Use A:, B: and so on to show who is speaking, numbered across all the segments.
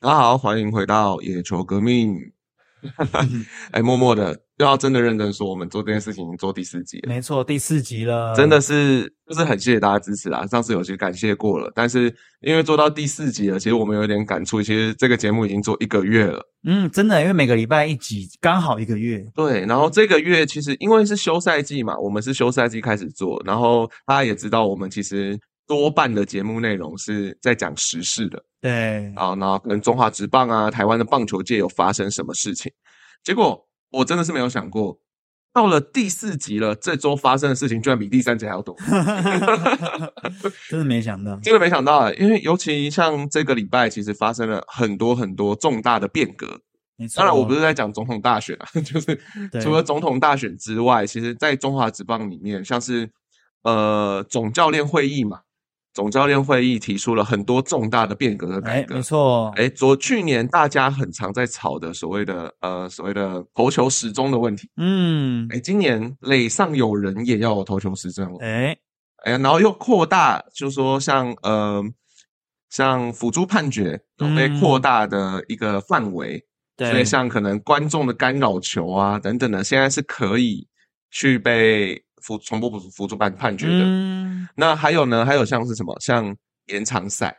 A: 大家好，欢迎回到野球革命。 哎，默默的，要真的认真说，我们做这件事情已经做第四集了，
B: 没错，第四集了，
A: 真的是就是很谢谢大家支持啦。上次有些感谢过了，但是因为做到第四集了，其实我们有点感触。其实这个节目已经做一个月了，
B: 嗯，真的，因为每个礼拜一集，刚好一个月，
A: 对。然后这个月其实因为是休赛季嘛，我们是休赛季开始做，然后大家也知道，我们其实多半的节目内容是在讲时事的。
B: 对，
A: 啊，那可能中华职棒啊，台湾的棒球界有发生什么事情？结果我真的是没有想过，到了第四集了，这周发生的事情居然比第三集还要 多，
B: 真的没想到，
A: 真的没想到啊！因为尤其像这个礼拜，其实发生了很多很多重大的变革。
B: 没错。
A: 当然，我不是在讲总统大选啊， 就是
B: 哦对
A: 除了总统大选之外，其实在中华职棒里面，像是呃总教练会议嘛，总教练会议提出了很多重大的变革和改
B: 哎，
A: 革。
B: 没错，
A: 哎，昨去年大家很常在吵的所谓的呃所谓的投球时钟的问题，
B: 嗯，
A: 哎，今年垒上有人也要有投球时钟了，
B: 哎，
A: 哎呀，然后又扩大，就说像呃像辅助判决有被扩
B: 嗯
A: 大的一个范围，所
B: 对，
A: 以像可能观众的干扰球啊等等的，现在是可以去被辅重播辅辅助判判决的。
B: 嗯，
A: 那还有呢，还有像是什么像延长赛。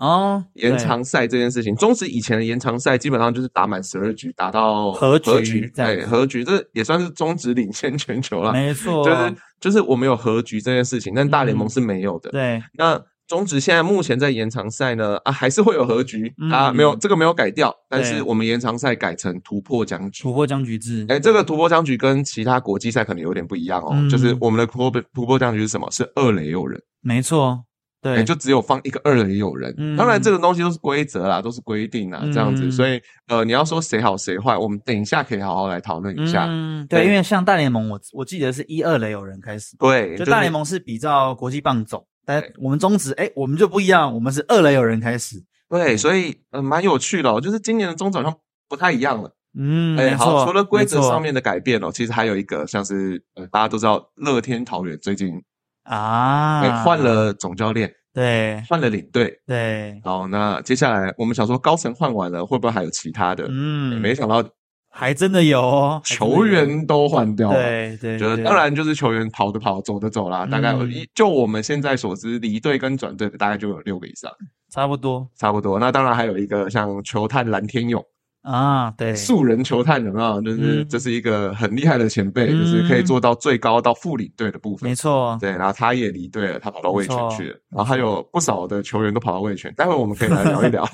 B: 哦，
A: 延
B: 对
A: 长赛这件事情，中职以前的延长赛基本上就是打满十二局，打到
B: 和局这样
A: 对
B: 子
A: 和局，这也算是中职领先全球了。
B: 没错，啊
A: 就是就是我们有和局这件事情，但大联盟
B: 嗯
A: 是没有的。
B: 对，
A: 那中职现在目前在延长赛呢，啊还是会有和局，啊没有
B: 嗯
A: 这个没有改掉，但
B: 对
A: 是我们延长赛改成突破僵局
B: 突。破僵局制，
A: 哎，这个突破僵局跟其他国际赛可能有点不一样哦，就是
B: 嗯
A: 我们的突破突破僵局是什么？是二垒有人。
B: 没错，
A: 哎、
B: 对，
A: 就只有放一个二垒有人。当然，
B: 嗯
A: 这个东西都是规则啦，都是规定啦，这样子。
B: 嗯
A: 所以，呃，你要说谁好谁坏，我们等一下可以好好来讨论一下。
B: 嗯，对，
A: 对
B: 因为像大联盟，我我记得是一二垒有人开始，
A: 对，
B: 就是大联盟是比照国际棒走，但
A: 对
B: 我们中职，哎，我们就不一样，我们是二垒有人开始，
A: 对，所以呃，蛮有趣的、哦，就是今年的中转上不太一样了。
B: 嗯，
A: 哎、
B: 没
A: 好，
B: 错
A: 除了规则
B: 没错
A: 上面的改变哦，其实还有一个像是呃，大家都知道乐天桃园最近
B: 啊，
A: 哎换、了总教练，
B: 对
A: 换了领队。
B: 对，
A: 好，那接下来我们想说高层换完了，会不会还有其他的？哎
B: 嗯，
A: 没想到
B: 还真的有哦，还真的有
A: 球员都换掉了。
B: 对对，
A: 觉得
B: 对
A: 当然就是球员跑的跑，走的走啦，大概有
B: 嗯
A: 一就我们现在所知，离队跟转队的大概就有六个以上，
B: 差不多
A: 差不多。那当然还有一个像球探蓝天勇，
B: 啊，对，
A: 素人球探人啊，就是
B: 嗯
A: 这是一个很厉害的前辈，
B: 嗯
A: 就是可以做到最高到副领队的部分
B: 没。错，
A: 对，然后他也离队了，他跑到卫权
B: 没错
A: 去了。然后还有不少的球员都跑到卫权，待会我们可以来聊一 聊。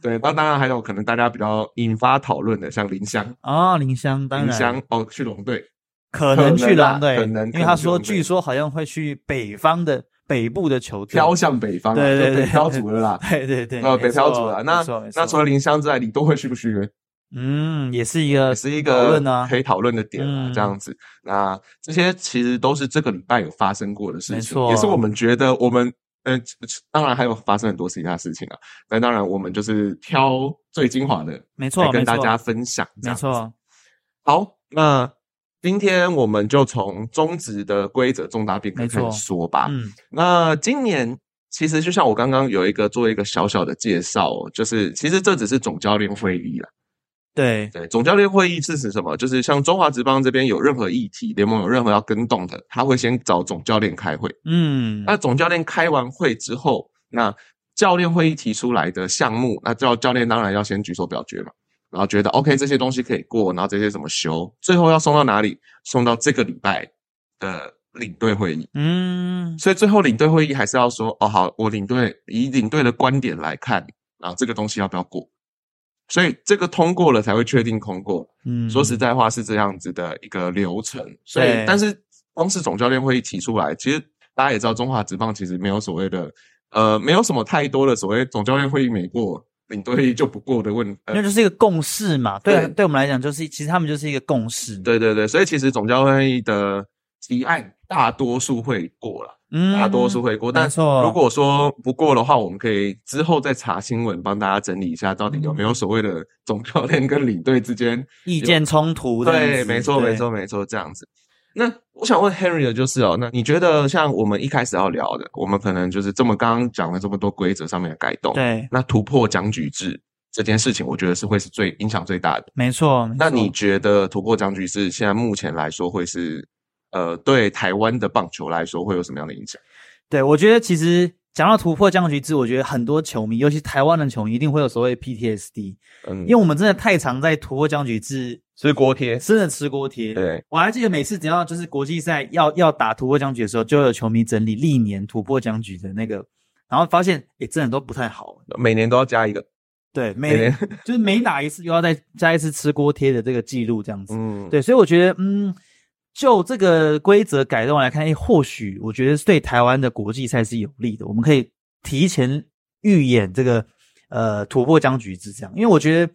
A: 对，那当然还有可能大家比较引发讨论的，像林湘，
B: 哦，林香当
A: 林湘
B: 然
A: 哦去龙队，
B: 可
A: 可能
B: 能去
A: 啦
B: 狼队，
A: 可能
B: 因
A: 可
B: 为
A: 能
B: 他
A: 去
B: 说
A: 狼队
B: 据说好像会去北方的北部的球队，
A: 飘向北方啊，
B: 对对
A: 就
B: 对
A: 北漂族了啦。
B: 对对对，
A: 呃，
B: 没
A: 北漂族
B: 错
A: 了。
B: 没
A: 那
B: 错没
A: 那
B: 错
A: 除了林湘之外，李都会续不续约，
B: 嗯，也是一个
A: 也是一
B: 讨
A: 个
B: 论啊
A: 可，以讨论的点啊，
B: 嗯
A: 这样子。那这些其实都是这个礼拜有发生过的事
B: 没
A: 情，
B: 错
A: 也是我们觉得我们呃，当然还有发生很多其他事情啊。那当然，我们就是挑最精华的
B: 没错
A: 来跟
B: 没
A: 大
B: 错
A: 家分享，这
B: 没
A: 样子。
B: 错，
A: 好，那今天我们就从中职的规则重大变革
B: 没
A: 开始
B: 错
A: 说吧。
B: 嗯
A: 那今年其实就像我刚刚有一个做一个小小的介绍、哦，就是其实这只是总教练会议啦。
B: 对，
A: 对，总教练会议是指什么？就是像中华职棒这边有任何议题，联盟有任何要跟动的，他会先找总教练开会。
B: 嗯
A: 那总教练开完会之后，那教练会议提出来的项目，那教教练当然要先举手表决嘛。然后觉得 OK 这些东西可以过，然后这些怎么修，最后要送到哪里？送到这个礼拜的领队会议。
B: 嗯
A: 所以最后领队会议还是要说，哦，好，我领队以领队的观点来看，啊，这个东西要不要过？所以这个通过了才会确定通过。
B: 嗯，
A: 说实在话是这样子的一个流程。所以
B: 对，
A: 但是光是总教练会议提出来，其实大家也知道，中华职棒其实没有所谓的，呃，没有什么太多的所谓总教练会议没过，领队会议就不过的问。呃
B: 那就是一个共识嘛，对啊，
A: 对
B: 对我们来讲就是其实他们就是一个共识，，
A: 对对对，所以其实总教练会议的提案大多数会过了。
B: 嗯，
A: 大多数会过，但
B: 没错
A: 如果说不过的话，我们可以之后再查新闻，帮大家整理一下到底有没有所谓的总教练跟领队之间。
B: 意见冲突这样子，
A: 对，没错，
B: 对
A: 没，错，没错，这样子。那我想问 Henry 的就是哦，那你觉得像我们一开始要聊的，我们可能就是这么刚刚讲了这么多规则上面的改动，
B: 对，
A: 那突破僵局制这件事情，我觉得是会是最影响最大的。
B: 没错。
A: 那
B: 没错
A: 你觉得突破僵局是现在目前来说会是呃对台湾的棒球来说会有什么样的影响？
B: 对，我觉得其实讲到突破僵局之，我觉得很多球迷，尤其是台湾的球迷，一定会有所谓 PTSD，
A: 嗯
B: 因为，我们真的太常在突破僵局之，
A: 吃锅贴，
B: 真的吃锅贴。
A: 对，
B: 我还记得每次只要就是国际赛要要打突破僵局的时候，就有球迷整理历年突破僵局的那个，然后发现诶，真的都不太好。
A: 每年都要加一个，
B: 对，
A: 每
B: 每
A: 年，
B: 就是每打一次又要再加一次吃锅贴的这个记录，这样子。
A: 嗯，
B: 对，所以我觉得，嗯，就这个规则改动来看，诶或许我觉得是对台湾的国际赛是有利的。我们可以提前预演这个呃突破僵局之这样，因为我觉得，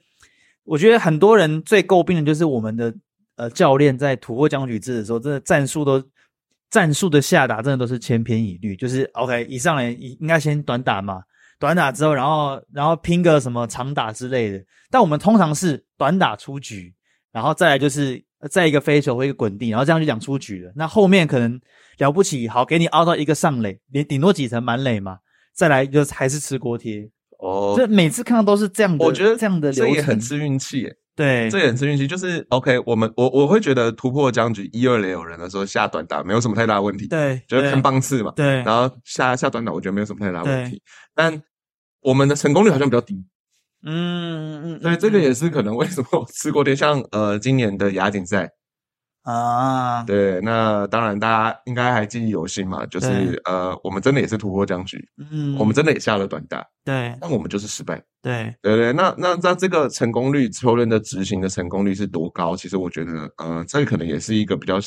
B: 我觉得很多人最诟病的就是我们的呃教练在突破僵局制的时候，真的战术都。战术的下达真的都是千篇一律，就是 OK，一上来应应该先短打嘛，短打之后，然后然后拼个什么长打之类的。但我们通常是短打出局，然后再来就是呃再一个飞球或一个滚地，然后这样就讲出局了。那后面可能了不起，好给你凹到一个上垒，连顶多几层满垒嘛，再来就是还是吃锅贴。
A: 哦，
B: 这每次看到都是这样的，
A: 我觉得
B: 这样的
A: 这
B: 流
A: 也
B: 程
A: 很吃运气耶，
B: 对，
A: 这也很吃运气。就是 OK，我们我我会觉得突破僵局一二垒有人的时候下短打没有什么太大的问题，
B: 对，
A: 就是看
B: 对
A: 棒次嘛，
B: 对，
A: 然后下下短打我觉得没有什么太大的问
B: 对
A: 题，但我们的成功率好像比较低，
B: 嗯嗯嗯，
A: 所以这个
B: 嗯
A: 也是可能为什么我吃锅贴，像呃今年的亚锦赛，
B: 嗯啊，
A: 对，那当然大家应该还记忆犹新嘛，就是呃我们真的也是突破僵局，
B: 嗯，
A: 我们真的也下了短打，
B: 对
A: 但我们就是失败，
B: 对
A: 对对，那那那这个成功率，球员的执行的成功率是多高？其实我觉得，呃，这个可能也是一个比较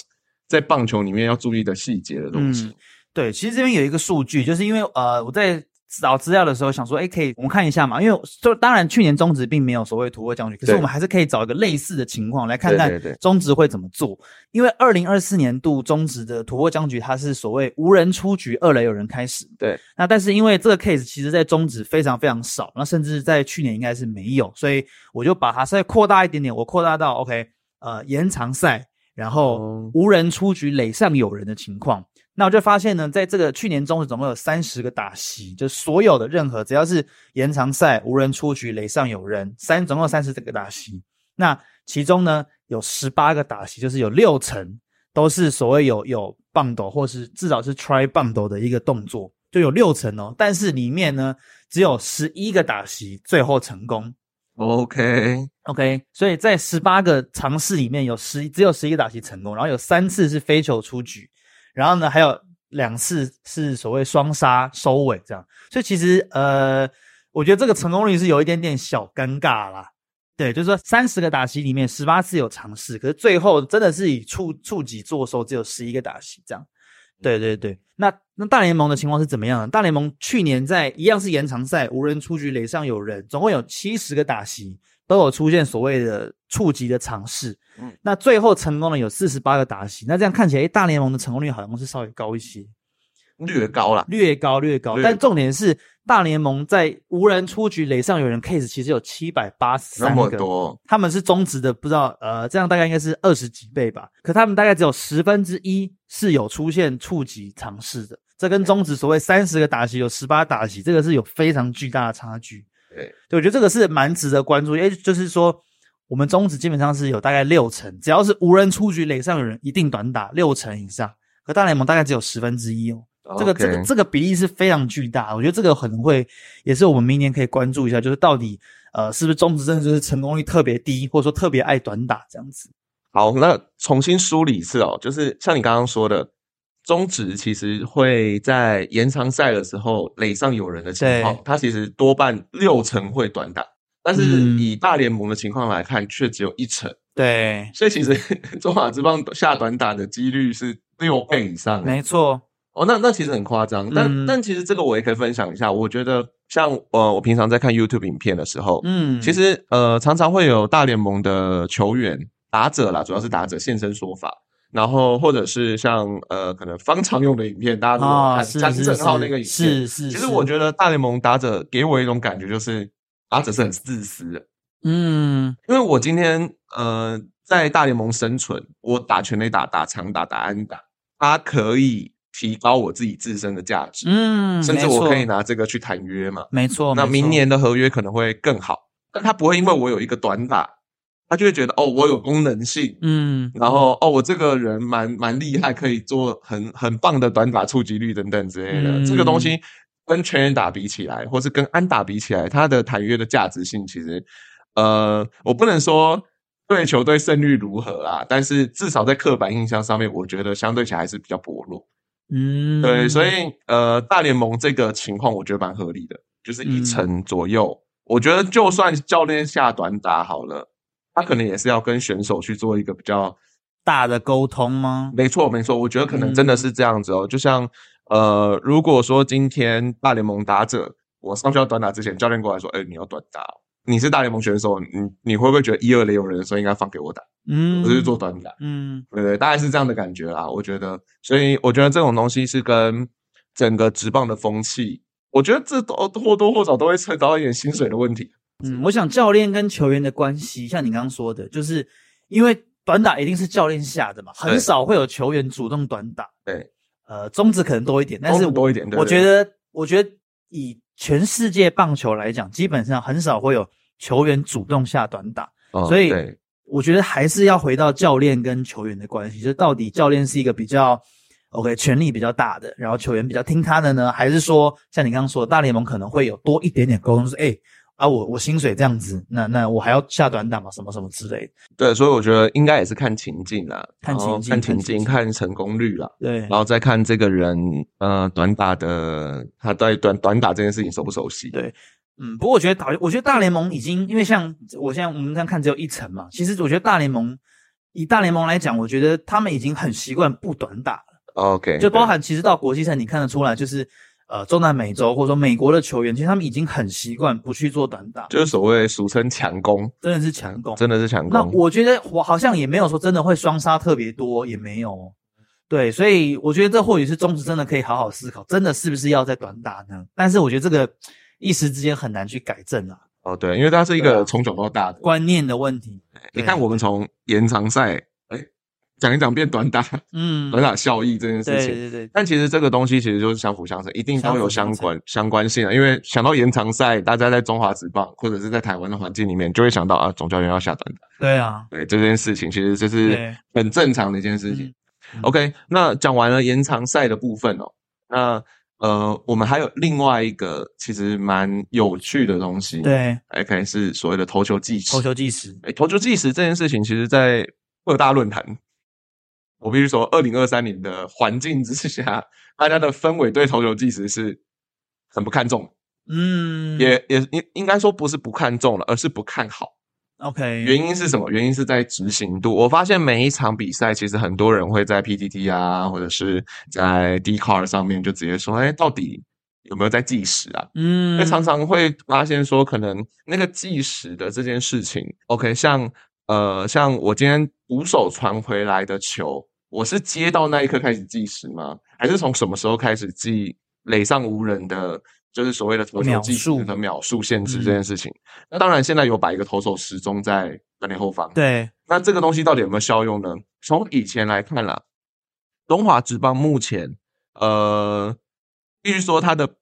A: 在棒球里面要注意的细节的东西。
B: 嗯对，其实这边有一个数据，就是因为呃我在。找资料的时候想说，哎，可以我们看一下嘛，因为就当然去年中职并没有所谓突破僵局，可是
A: 对
B: 我们还是可以找一个类似的情况来看看
A: 对对对
B: 中职会怎么做。因为二零二四年度中职的突破僵局，它是所谓无人出局，二垒有人开始。
A: 对，
B: 那但是因为这个 case 其实在中职非常非常少，那甚至在去年应该是没有，所以我就把它再扩大一点点，我扩大到 OK，呃，延长赛，然后
A: 哦
B: 无人出局，垒上有人的情况。那我就发现呢，在这个去年中职总共有三十个打席，就所有的任何只要是延长赛、无人出局、垒上有人，三总共三十个打席。那其中呢，有十八个打席，就是有六成都是所谓有有棒斗或是至少是 try 棒斗的一个动作，就有六成哦。但是里面呢，只有十一个打席最后成功。
A: OK，
B: OK，所以在十八个尝试里面有十只有十一个打席成功，然后有三次是飞球出局，然后呢还有两次是所谓双杀收尾这样，所以其实呃，我觉得这个成功率是有一点点小尴尬啦。对，就是说三十个打席里面十八次有尝试，可是最后真的是以触触及作收，只有十一个打席这样。对对对，那那大联盟的情况是怎么样呢？大联盟去年在一样是延长赛，无人出局，垒上有人，总共有七十个打席，都有出现所谓的触及的尝试。
A: 嗯
B: 那最后成功的有四十八个打席，那这样看起来，诶大联盟的成功率好像是稍微高一些，
A: 略高啦。
B: 略高略高。
A: 略高
B: 但重点是，大联盟在无人出局、垒上有人 case 其实有七百八十
A: 那
B: 三
A: 么
B: 个，
A: 多，
B: 他们是中职的，不知道呃，这样大概应该是二十几倍吧。可他们大概只有十分之一是有出现触及尝试的，这跟中职所谓三十个打席有十八打席，这个是有非常巨大的差距。
A: 对，
B: 对我觉得这个是蛮值得关注，因为就是说我们中职基本上是有大概六成，只要是无人出局，垒上有人一定短打六成以上，可大联盟大概只有十分之一哦。这个这个
A: OK
B: 这个比例是非常巨大，我觉得这个可能会也是我们明年可以关注一下，就是到底呃是不是中职真的就是成功率特别低，或者说特别爱短打这样子。
A: 好，那重新梳理一次哦，就是像你刚刚说的，中职其实会在延长赛的时候垒上有人的情况
B: 对，
A: 它其实多半六成会短打，但是
B: 嗯
A: 以大联盟的情况来看，却只有一成。
B: 对，
A: 所以其实 中华之棒下短打的几率是六倍以上的。欸
B: 没错，
A: 哦，那那其实很夸张，但、
B: 嗯
A: 但其实这个我也可以分享一下。我觉得像呃，我平常在看 YouTube 影片的时候，
B: 嗯，
A: 其实呃常常会有大联盟的球员打者啦，主要是打者现身说法，然后或者是像呃可能方长勇的影片，大家如果
B: 啊，
A: 看
B: 是
A: 张
B: 是
A: 正浩那个影片，
B: 是是，
A: 其实我觉得大联盟打者给我一种感觉就是打者是很自私的，
B: 得嗯
A: 因为我今天呃在大联盟生存，我打全垒打、打长打、打安打，它可以提高我自己自身的价值，
B: 嗯，
A: 甚至
B: 没
A: 我
B: 错哦
A: 可以拿这个去谈约嘛。
B: 没错，
A: 那
B: 没
A: 明
B: 错
A: 年的合约可能会更好。但他不会因为我有一个短打，他就会觉得哦，我有功能性，
B: 嗯，
A: 然后哦，我这个人蛮蛮厉害，可以做很很棒的短打触及率等等之类的。
B: 嗯
A: 这个东西跟全员打比起来，或是跟安打比起来，它的谈约的价值性其实，呃，我不能说对球队胜率如何啊，但是至少在刻板印象上面，我觉得相对起来还是比较薄弱。
B: 嗯，
A: 对，所以呃，大联盟这个情况我觉得蛮合理的，就是一
B: 嗯
A: 成左右。我觉得就算教练下短打好了，他可能也是要跟选手去做一个比较。
B: 大的沟通吗？
A: 没错，没错，我觉得可能真
B: 嗯
A: 的是这样子哦。就像呃，如果说今天大联盟打者，我上去要短打之前，教练过来说：“哎、你要短打哦、你是大联盟选手，你你会不会觉得一二垒有人的时候应该放给我打，
B: 嗯，
A: 我就去做短打？”
B: 嗯
A: 对对，大概是这样的感觉啦。我觉得，所以我觉得这种东西是跟整个职棒的风气，我觉得这都或多或少都会扯到一点薪水的问题。
B: 嗯，我想教练跟球员的关系，像你刚刚说的，就是因为短打一定是教练下的嘛，很
A: 对
B: 少会有球员主动短打。
A: 对，
B: 呃，中指可能多一点，但是
A: 多
B: 我
A: 多一点，对
B: 我觉
A: 得
B: 得，我觉得以全世界棒球来讲，基本上很少会有球员主动下短打。所以
A: 哦对
B: 我觉得还是要回到教练跟球员的关系，就是到底教练是一个比较 OK 权力比较大的，然后球员比较听他的呢，还是说像你刚刚说的，大联盟可能会有多一点点沟通，就是哎、啊我我薪水这样子，那那我还要下短打嘛，什么什么之类的。
A: 对，所以我觉得应该也是看情境啦，
B: 看
A: 然后
B: 情
A: 看
B: 境看
A: 情
B: 情
A: 境，
B: 境
A: 看成功率啦。
B: 对
A: 然后再看这个人，呃，短打的他对短短打这件事情熟不熟悉？
B: 对嗯，不过我觉得大，我觉得大联盟已经，因为像我现在我们这样看只有一层嘛，其实我觉得大联盟以大联盟来讲，我觉得他们已经很习惯不短打了，
A: ，OK，
B: 就包
A: 对
B: 含其实到国际赛你看得出来，就是呃中南美洲或者说美国的球员，其实他们已经很习惯不去做短打，
A: 就是所谓俗称强攻，
B: 真的是强攻。
A: 真的是强
B: 那
A: 攻。
B: 我觉得我好像也没有说真的会双杀特别多，也没有哦。对，所以我觉得这或许是中职真的可以好好思考，真的是不是要在短打呢？但是我觉得这个一时之间很难去改正啊。
A: 哦，对，因为他是一
B: 对啊
A: 个从小到大的。
B: 观念的问题。
A: 你看，我们从延长赛，哎，讲一讲变短打，
B: 嗯，
A: 短打效益这件事
B: 对
A: 情。
B: 对对，
A: 但其实这个东西其实就是相辅相成，一定都有
B: 相
A: 相
B: 辅相
A: 关相关性啊。因为想到延长赛，大家在中华职棒或者是在台湾的环境里面，就会想到啊，总教练要下短打。
B: 对啊，
A: 对这件事情，其实这
B: 对
A: 是很正常的一件事情。
B: 嗯
A: OK，那讲完了延长赛的部分哦，那呃，我们还有另外一个其实蛮有趣的东西，
B: 对，
A: ，OK 是所谓的投球计时。
B: 投球计时，
A: 哎，投球计时这件事情，其实在各大论坛，我必须说，二零二三年的环境之下，大家的氛围对投球计时是很不看重，
B: 嗯，
A: 也也应应该说不是不看重了，而是不看好。
B: OK，
A: 原因是什么？原因是在执行度。我发现每一场比赛，其实很多人会在 PTT 啊，或者是在 d c a r 上面就直接说，哎，到底有没有在计时啊？因为
B: 嗯，
A: 常常会发现说，可能那个计时的这件事情，OK，像呃，像我今天徒手传回来的球，我是接到那一刻开始计时吗？还是从什么时候开始计垒上无人的，就是所谓的投球
B: 秒
A: 计
B: 数
A: 时的秒数限制这
B: 嗯
A: 件事情？那当然，现在有把一个投手时钟在本垒后方，
B: 对，
A: 那这个东西到底有没有效用呢？从以前来看啦，中华职棒目前，呃，必须说它的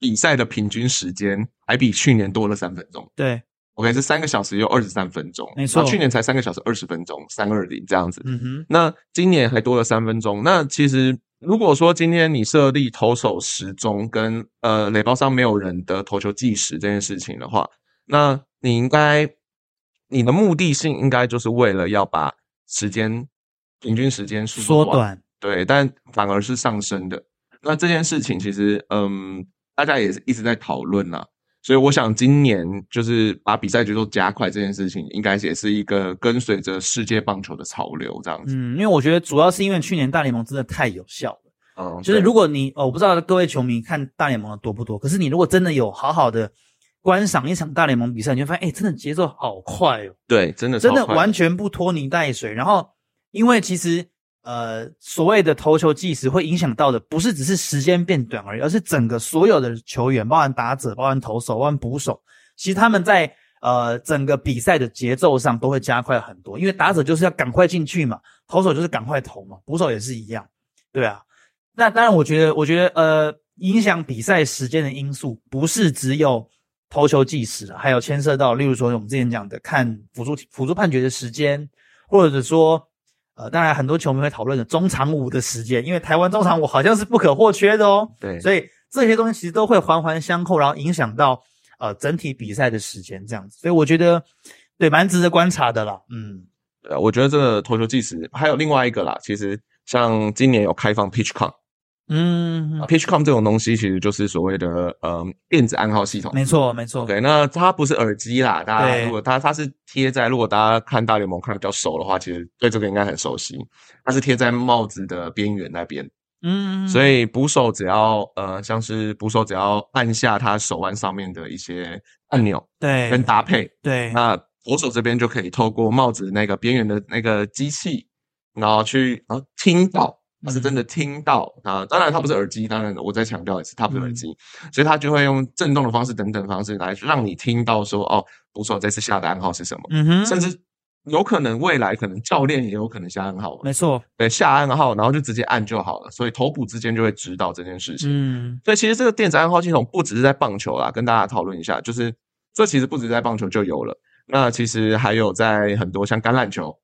A: 比赛的平均时间还比去年多了三分钟。
B: 对，
A: OK，是三个小时又二十三分钟，
B: 没错
A: 那去年才三个小时二十分钟，三二零这样子。
B: 嗯哼，
A: 那今年还多了三分钟。那其实如果说今天你设立投手时钟跟呃垒包上没有人的投球计时这件事情的话，那你应该你的目的性应该就是为了要把时间平均时间缩
B: 缩短，
A: 对，但反而是上升的。那这件事情其实，嗯，大家也是一直在讨论啦。所以我想，今年就是把比赛节奏加快这件事情，应该也是一个跟随着世界棒球的潮流这样子。
B: 嗯，因为我觉得主要是因为去年大联盟真的太有效了。
A: 嗯，
B: 就
A: 对
B: 是如果你哦，我不知道各位球迷看大联盟的多不多，可是你如果真的有好好的观赏一场大联盟比赛，你就发现，哎、真的节奏好快哦，
A: 对，真的
B: 真的
A: 超快
B: 完全不拖泥带水。然后，因为其实呃，所谓的投球计时会影响到的，不是只是时间变短而已，而是整个所有的球员，包含打者、包含投手、包含捕手，其实他们在呃整个比赛的节奏上都会加快很多，因为打者就是要赶快进去嘛，投手就是赶快投嘛，捕手也是一样，对啊。那当然，我觉得，我觉得呃，影响比赛时间的因素不是只有投球计时，还有牵涉到，例如说我们之前讲的看辅助辅助判决的时间，或者说，呃，当然很多球迷会讨论的中场舞的时间，因为台湾中场舞好像是不可或缺的哦。
A: 对，
B: 所以这些东西其实都会环环相扣，然后影响到呃整体比赛的时间这样子。所以我觉得对蛮值得观察的啦。嗯，
A: 呃，我觉得这个投球计时还有另外一个啦，其实像今年有开放 PitchCom，PitchCom、
B: 嗯，
A: PitchCom 这种东西其实就是所谓的呃电子暗号系统。
B: 没错没错，
A: OK，那它不是耳机啦，大家
B: 对
A: 如果它它是贴在，如果大家看大联盟看的比较熟的话，其实对这个应该很熟悉。它是贴在帽子的边缘那边，
B: 嗯，
A: 所
B: 以
A: 以捕手只要呃像是捕手只要按下他手腕上面的一些按钮
B: 对
A: 跟搭配，
B: 对
A: 那左手这边就可以透过帽子那个边缘的那个机器，然后去然后听到，他是真
B: 嗯
A: 的听到啊。当然，它不是耳机，当然我再强调一次，它不是耳
B: 嗯
A: 机，所以它就会用震动的方式等等方式来让你听到说哦，捕手这次下的暗号是什么，
B: 嗯哼，
A: 甚至有可能未来可能教练也有可能下暗号，
B: 没错，
A: 对，下暗号然后就直接按就好了，所以头捕之间就会指导这件事情。
B: 嗯
A: 所以其实这个电子暗号系统不只是在棒球啦，跟大家讨论一下，就是这其实不只是在棒球就有了，那其实还有在很多像橄榄球、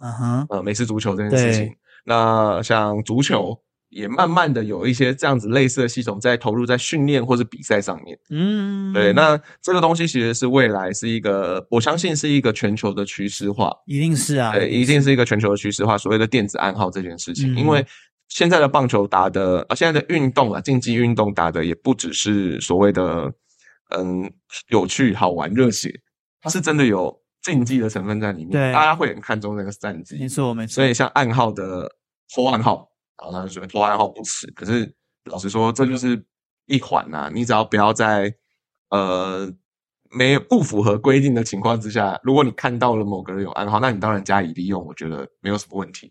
B: 嗯哼，
A: 呃美式足球这件事情
B: 对，
A: 那像足球也慢慢的有一些这样子类似的系统在投入在训练或是比赛上面。
B: 嗯，
A: 对，那这个东西其实是未来是一个，我相信是一个全球的趋势化。
B: 一定是啊，
A: 对，一定是一个全球的趋势化，所谓的电子暗号这件事情，
B: 嗯
A: 因为现在的棒球打的啊，现在的运动啊，竞技运动打的也不只是所谓的嗯有趣、好玩、热血，它是真的有竞技的成分在里面，
B: 嗯对
A: 大家会很看重那个战绩
B: 没，错没错，
A: 所以像暗号的偷暗号，然后他就说偷暗号不耻，可是老实说，这就是一环啊，你只要不要在呃。没有不符合规定的情况之下，如果你看到了某个人有暗号，那你当然加以利用，我觉得没有什么问题。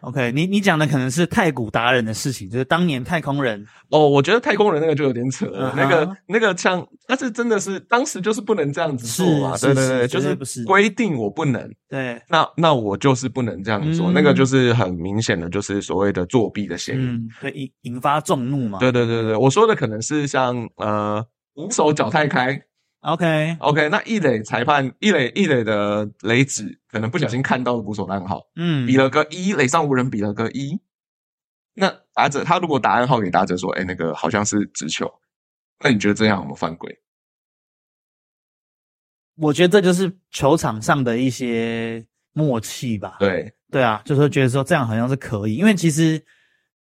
B: OK，你你讲的可能是太古达人的事情，就是当年太空人，
A: 哦，我觉得太空人那个就有点扯了，那
B: 嗯哼
A: 个那个像，但是真的是当时就是不能这样子做嘛，对
B: 是是
A: 对
B: 是
A: 对，
B: 绝
A: 就
B: 对不是
A: 规定我不能，
B: 对，
A: 那那我就是不能这样做，
B: 嗯
A: 那个就是很明显的就是所谓的作弊的嫌疑。
B: 嗯，对，引引发众怒嘛。
A: 对对对对，我说的可能是像呃五手脚太开
B: ，OK，
A: ，OK，那一垒裁判一垒一垒的垒指可能不小心看到了捕手的暗号，
B: 嗯
A: 比，了个一，垒上无人比了个一，那打者他如果打暗号给打者说，哎、那个好像是直球，那你觉得这样有没有犯规？
B: 我觉得这就是球场上的一些默契吧。
A: 对
B: 对啊，就是觉得说这样好像是可以，因为其实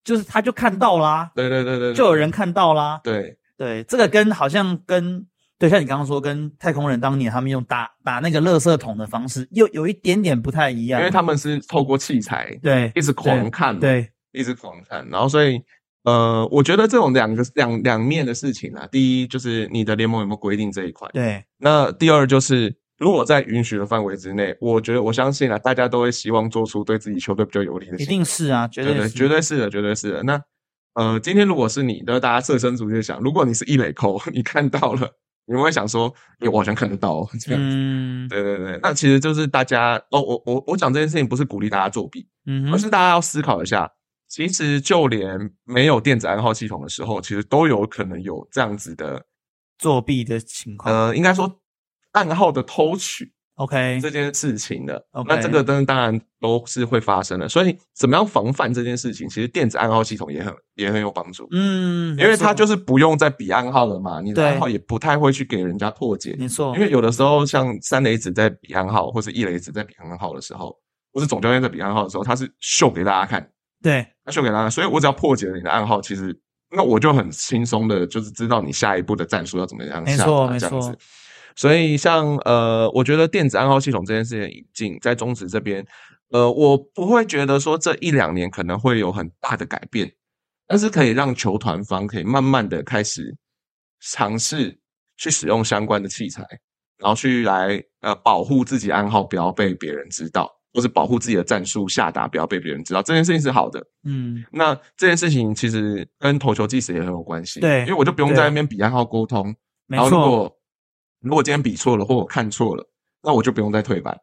B: 就是他就看到啦，
A: 对对对对，对
B: 就有人看到啦。
A: 对
B: 对，这个跟好像跟对，像你刚刚说跟太空人当年他们用打打那个垃圾桶的方式，又有一点点不太一
A: 因
B: 样。
A: 为他们是透过器材
B: 对
A: 一直狂看嘛，
B: 对，
A: 一直狂看，然后所以呃，我觉得这种两个两两面的事情啊，第一就是你的联盟有没有规定这一块，
B: 对，
A: 那第二就是，如果在允许的范围之内，我觉得我相信啊，大家都会希望做出对自己球队比较有利的行
B: 一
A: 为。
B: 定是啊，绝
A: 对对，
B: 是
A: 绝对是的，绝对是的。那呃，今天如果是你，那大家设身处地地想，如果你是一垒扣， 你看到了，你会想说，诶我好像看得到、哦、这样。
B: 嗯
A: 对对对，那其实就是大家哦，我我我讲这件事情不是鼓励大家作弊，
B: 嗯
A: 而
B: 哼，
A: 是大家要思考一下，其实就连没有电子暗号系统的时候，其实都有可能有这样子的，
B: 作弊的情况。
A: 呃，应该说暗号的偷取。
B: OK，
A: 这件事情的。
B: OK
A: 那这个灯当然都是会发生的，所以怎么样防范这件事情，其实电子暗号系统也很也很有帮助，
B: 嗯，
A: 因为它
B: 他
A: 就是不用再比暗号了嘛，你的
B: 对
A: 暗号也不太会去给人家破解。
B: 没错，
A: 因为有的时候像三雷子在比暗号，或是一雷子在比暗号的时候，或是总教练在比暗号的时候，他是秀给大家看，
B: 对
A: 他秀给大家看，所以我只要破解了你的暗号，其实。那我就很轻松的，就是知道你下一步的战术要怎么样
B: 没
A: 下
B: 错
A: 法
B: 没
A: 这样子
B: 错。
A: 所以像呃，我觉得电子暗号系统这件事情引进在中职这边，呃，我不会觉得说这一两年可能会有很大的改变，但是可以让球团方可以慢慢的开始尝试去使用相关的器材，然后去来呃保护自己暗号不要被别人知道，或是保护自己的战术下达不要被别人知道，这件事情是好的。
B: 嗯，
A: 那这件事情其实跟投球计时也很有关系，
B: 对
A: 因为我就不用
B: 对
A: 在那边比暗号沟通，
B: 没
A: 然后如
B: 错，
A: 果如果今天比错了或我看错了，那我就不用再退版，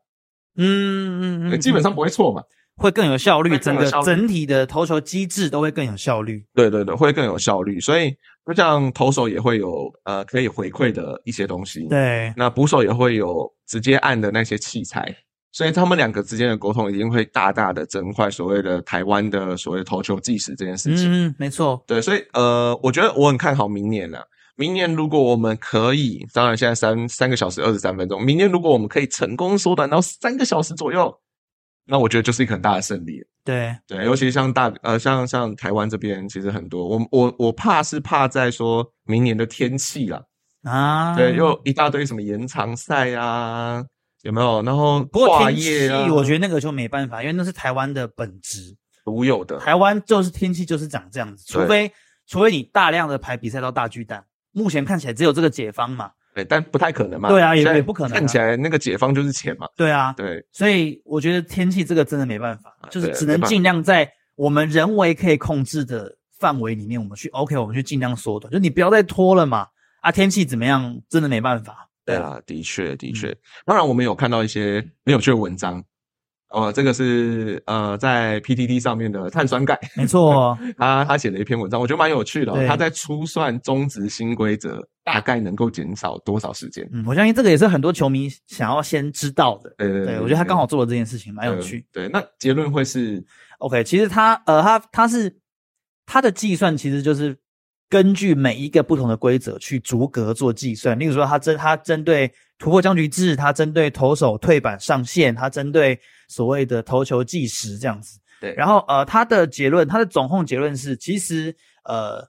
B: 嗯嗯嗯，
A: 基本上
B: 嗯
A: 不会错嘛。
B: 会更有效率，
A: 会更
B: 整
A: 有
B: 个
A: 效率
B: 整体的投球机制都会更有效率。
A: 对对对，会更有效率。所以就像投手也会有呃可以回馈的一些东西，
B: 对，
A: 那捕手也会有直接按的那些器材，所以他们两个之间的沟通一定会大大的增快所谓的台湾的所谓的投球计时这件事情。
B: 嗯，没错，
A: 对，所以呃，我觉得我很看好明年了。明年如果我们可以，当然现在三三个小时二十三分钟，明年如果我们可以成功缩短到三个小时左右，那我觉得就是一个很大的胜利了。
B: 对，
A: 对，尤其像大呃，像像台湾这边，其实很多，我我我怕是怕在说明年的天气啦，
B: 啊，
A: 对，又一大堆什么延长赛啊，有没有？然后
B: 不过
A: 跨
B: 天气
A: 业啊，，
B: 我觉得那个就没办法，因为那是台湾的本质，
A: 独有的，
B: 台湾就是天气就是长这样子，除
A: 对
B: 非除非你大量的排比赛到大巨蛋，目前看起来只有这个解方嘛，
A: 对，但不太可能嘛。
B: 对啊也
A: 现在
B: 也不可能啊
A: 看起来那个解放就是钱嘛，
B: 对啊，
A: 对啊
B: 所以我觉得天气这个真的没办法，就是
A: 对
B: 只
A: 没
B: 能
A: 办法
B: 尽量在我们人为可以控制的范围里面，我们去 OK，我们去尽量缩短，就你不要再拖了嘛。啊，天气怎么样，真的没办法。
A: 对
B: 啊，
A: 啊，的确的
B: 嗯
A: 确。当然，我们有看到一些很有趣的文章。呃，这个是呃，在 PTT 上面的碳酸钙，
B: 没错，哦
A: 他他写了一篇文章，我觉得蛮有趣的哦、
B: 对
A: 他在初算中值新规则大概能够减少多少时间？
B: 嗯，我相信这个也是很多球迷想要先知道的。
A: 对嗯对嗯
B: 对，我觉得他刚好做了这件事情，蛮
A: 蛮
B: 有趣。。
A: 对，那结论会是
B: OK，其实他呃，他他是他的计算其实就是根据每一个不同的规则去逐格做计算。例如说，他针他针对突破僵局制，他针对投手退板上限，他针对所谓的投球计时这样子。
A: 对
B: 然后呃，他的结论，他的总控结论是，其实呃，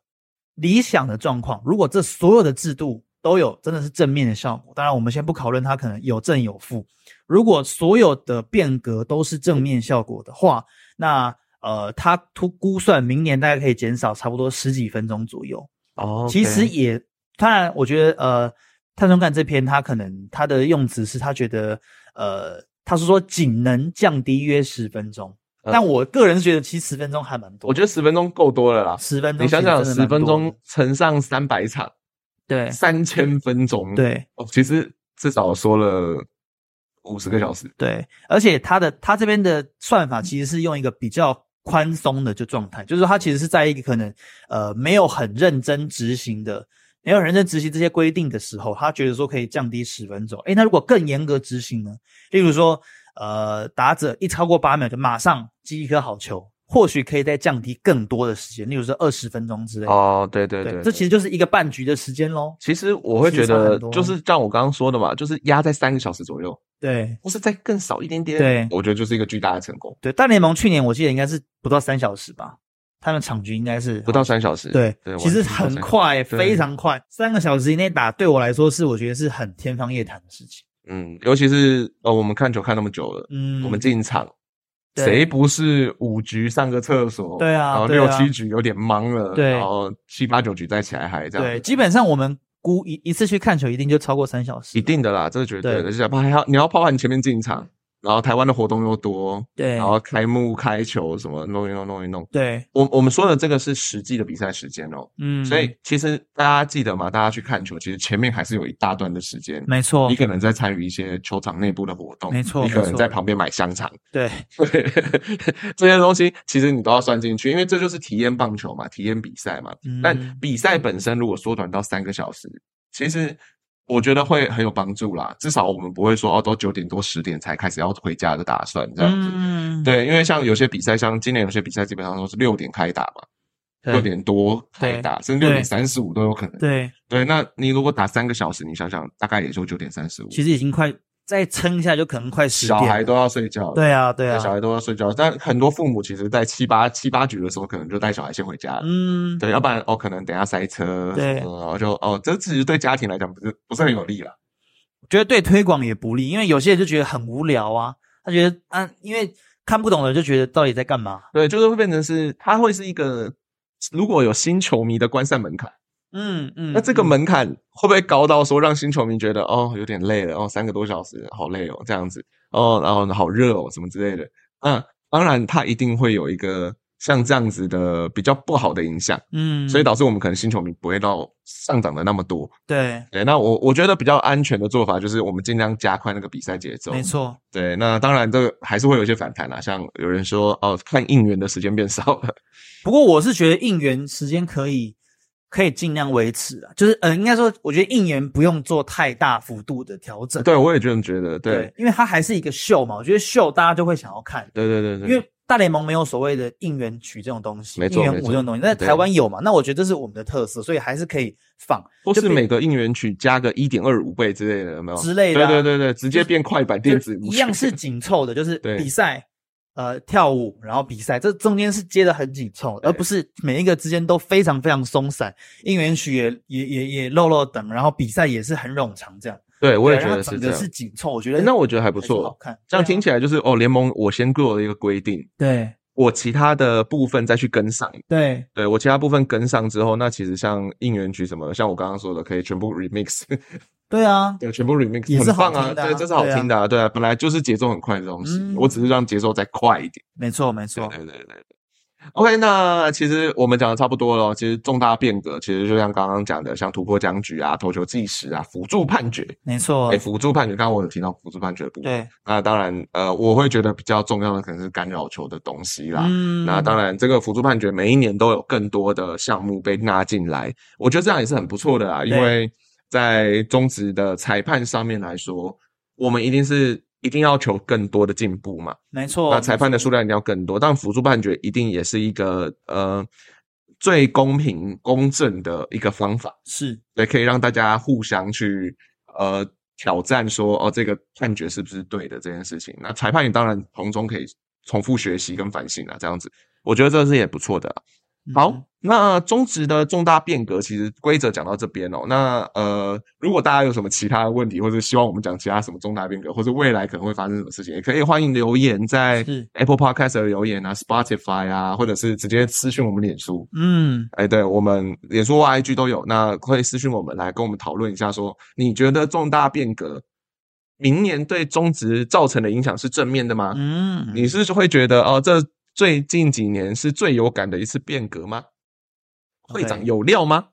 B: 理想的状况，如果这所有的制度都有真的是正面的效果，当然我们先不讨论它可能有正有负。如果所有的变革都是正面效果的话，那呃，他估估算明年大概可以减少差不多十几分钟左右。
A: 哦
B: 其实也，当然，我觉得呃，碳中干这篇他可能他的用词是他觉得呃，他是说仅能降低约十分钟，
A: 呃
B: 但我个人是觉得其实十分钟还蛮多。
A: 我觉得十分钟够多了啦。
B: 十分钟
A: 你
B: 其实
A: 想
B: 真
A: 想，
B: 的蛮多的，
A: 十分钟乘上三百场，
B: 对
A: 三千分钟，，
B: 对
A: 哦，其实至少说了五十个小时。
B: 对，而且它的它这边的算法其实是用一个比较宽松的就状态，就是说它其实是在一个可能呃没有很认真执行的，没有很认真执行这些规定的时候，他觉得说可以降低十分钟。诶，那如果更严格执行呢？例如说呃打者一超过八秒就马上击一颗好球，或许可以再降低更多的时间，例如说二十分钟之类的。
A: 哦，对对
B: 这其实就是一个半局的时间喽。
A: 其实我会觉
B: 其实差
A: 得
B: 很多，
A: 就是像我刚刚说的嘛，就是压在三个小时左右，
B: 对
A: 或是再更少一点点，
B: 对
A: 我觉得就是一个巨大的成功，
B: 对，大联盟去年我记得应该是不到三小时吧，他们场均应该是
A: 不到三小时。
B: 对，
A: 对，
B: 其实
A: 完全不到三
B: 很
A: 小时，
B: 快，
A: 对
B: 非常快，三个小时以内打，对我来说是我觉得是很天方夜谭的事情。
A: 嗯，尤其是呃，我们看球看那么久了，
B: 嗯，
A: 我们进场，
B: 对
A: 谁不是五局上个厕所？
B: 对啊
A: 然后
B: 对
A: 六
B: 啊
A: 七局有点懵了，
B: 对
A: 然后七八九局再起来还这样，
B: 对，基本上我们估一一次去看球一定就超过三小时，
A: 一定的啦，这是绝对的。
B: 对
A: 而且还要你要包含前面进场，然后台湾的活动又多，
B: 对
A: 然后开幕、开球什么弄一弄弄一弄。
B: 对，
A: 我我们说的这个是实际的比赛时间哦，
B: 嗯，
A: 所以其实大家记得嘛，大家去看球，其实前面还是有一大段的时间。
B: 没错
A: 你，可能在参与一些球场内部的活动，
B: 没错
A: 你可
B: 没
A: 能
B: 错
A: 在旁边买香肠，
B: 对
A: 对这些东西其实你都要算进去，因为这就是体验棒球嘛，体验比赛嘛。
B: 嗯
A: 但比赛本身如果缩短到三个小时，其实我觉得会很有帮助啦。至少我们不会说哦，都九点多十点才开始要回家的打算这样子。
B: 嗯，
A: 对，因为像有些比赛，像今年有些比赛基本上都是六点开打嘛，
B: 对
A: 六点多开打，甚至
B: 对
A: 六点三十五都有可能。
B: 对，
A: 对，那你如果打三个小时，你想想，大概也就九点三十五，
B: 其实已经快再撑一下就可能快十
A: 小
B: 点
A: 孩
B: 了，
A: 都要睡觉了。
B: 对啊对
A: 带
B: 啊，
A: 小孩都要睡觉，但很多父母其实，在七八七八局的时候，可能就带小孩先回家了。
B: 嗯，
A: 对，要不然哦，可能等一下塞车，
B: 对
A: 然后就哦，这其实对家庭来讲不是不是很有利啦。
B: 觉得对推广也不利，因为有些人就觉得很无聊啊，他觉得啊，因为看不懂的就觉得到底在干嘛，
A: 对，就是会变成是，它会是一个如果有新球迷的关赛门槛，
B: 嗯嗯，
A: 那这个
B: 嗯
A: 门槛会不会高到说让新球迷觉得哦有点累了哦三个多小时好累哦这样子哦然后好热哦什么之类的？那当然它一定会有一个像这样子的比较不好的影响，
B: 嗯，
A: 所以导致我们可能新球迷不会到上涨的那么多。
B: 对，
A: 对，那我我觉得比较安全的做法就是我们尽量加快那个比赛节奏。
B: 没，错，
A: 对，那当然这个还是会有一些反弹啦、啊像有人说哦，看应援的时间变少了，
B: 不过我是觉得应援时间可以可以尽量维持啊，就是呃，应该说，我觉得应援不用做太大幅度的调整。
A: 对，我也这么觉得。对，
B: 因为它还是一个秀嘛，我觉得秀大家就会想要看，
A: 对对对对，
B: 因为大联盟没有所谓的应援曲这种东西，
A: 没错
B: 应援
A: 没
B: 舞
A: 错
B: 这种东西，但
A: 对
B: 台湾有嘛？那我觉得这是我们的特色，所以还是可以放
A: 或
B: 就是比
A: 每个应援曲加个一点二五倍之类的，有没有？
B: 之类的
A: 对
B: 啊、
A: 对对对，直接变快板电子
B: 就
A: 舞
B: 一
A: 曲
B: 样是紧凑的，就是
A: 对
B: 比赛。呃，跳舞，然后比赛，这中间是接的很紧凑，
A: 对
B: 而不是每一个之间都非常非常松散，应援曲也也也也漏漏等，然后比赛也是很冗长这样。
A: 对，我也
B: 对
A: 觉
B: 然后
A: 得是
B: 整
A: 这
B: 个
A: 样
B: 是。紧凑，我觉得
A: 那我觉得还不
B: 还是
A: 错
B: 好看。啊
A: 这样听
B: 起
A: 起来就是哦，联盟我先做了一个规定，
B: 来，
A: 我其他的部分再去跟上。
B: 对
A: 对我其他部分跟上之后，那其实像应援曲什么的，像我刚刚说的，可以全部 remix，
B: 对对啊，
A: 对，全部 remix
B: 也是
A: 很棒
B: 好
A: 啊，
B: 听的啊
A: 对，这是好听的啊，对啊，本来就是节奏很快的东西，
B: 嗯
A: 我只是让节奏再快一点。
B: 没错没错，
A: 对对对对对。OK，那其实我们讲的差不多了哦。其实重大变革，其实就像刚刚讲的，像突破僵局啊、投球计时啊、辅助判决。
B: 没错
A: 哎，，辅助判决，刚刚我有提到辅助判决的部分。
B: 哦对，
A: 那当然，呃，我会觉得比较重要的可能是干扰球的东西啦。
B: 嗯
A: 那当然，这个辅助判决每一年都有更多的项目被纳进来，我觉得这样也是很不错的啦。因
B: 对
A: 为在中职的裁判上面来说，我们一定是一定要求更多的进步嘛。
B: 没错，
A: 那裁判的数
B: 量，
A: 量一定要更多，但辅助判决一定也是一个呃最公平公正的一个方法，
B: 是
A: 对，可以让大家互相去呃挑战说哦这个判决是不是对的这件事情。那裁判也当然从中可以重复学习跟反省啊，这样子，我觉得这是也不错的啊、
B: 嗯
A: 好，，那中职的重大变革，其实规则讲到这边哦。那呃，如果大家有什么其他的问题，或者希望我们讲其他什么重大变革，或者未来可能会发生什么事情，也可以欢迎留言在
B: 是
A: Apple Podcast 的留言啊、Spotify 啊，或者是直接私讯我们脸书。
B: 嗯，
A: 哎，对我们脸书、IG 都有，那可以私讯我们来跟我们讨论一下说你觉得重大变革明年对中职造成的影响是正面的吗？
B: 嗯嗯，
A: 啊你是会觉得哦，这最近几年是最有感的一次变革吗？会长
B: OK
A: 有料 吗？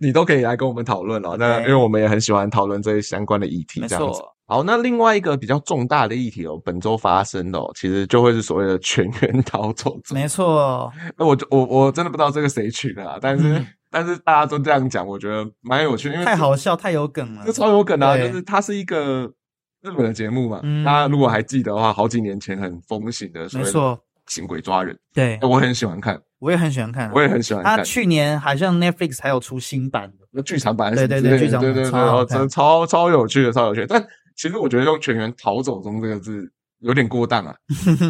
A: 你都可以来跟我们讨论了。那
B: OK
A: 因为我们也很喜欢讨论这些相关的议题，
B: 没
A: 这样子。
B: 错，
A: 好，那另外一个比较重大的议题哦，本周发生的哦，其实就会是所谓的全员逃走族。
B: 没错，
A: 那我就我我真的不知道这个谁取的啊，但是、
B: 嗯
A: 但是大家都这样讲，我觉得蛮有趣，因为
B: 太
A: 这
B: 好笑，太有梗了
A: 这，超有梗啊！就
B: 对
A: 是它是一个日本的节目嘛，
B: 嗯
A: 大家如果还记得的话，好几年前很风行的，
B: 没，错，
A: 行鬼抓人，
B: 对
A: 哎，我很喜欢看，
B: 我也很喜欢看啊，
A: 我也很喜欢
B: 他
A: 看。
B: 去年好像 Netflix 还有出新版的，
A: 那剧场版还是
B: 对
A: 什么之
B: 对对
A: 类的
B: 剧场版
A: 对对对，
B: 超好
A: 然后
B: 看
A: 真的超超有趣的，超有趣的。但其实我觉得用“全员逃走中”这个字有点过 当啊，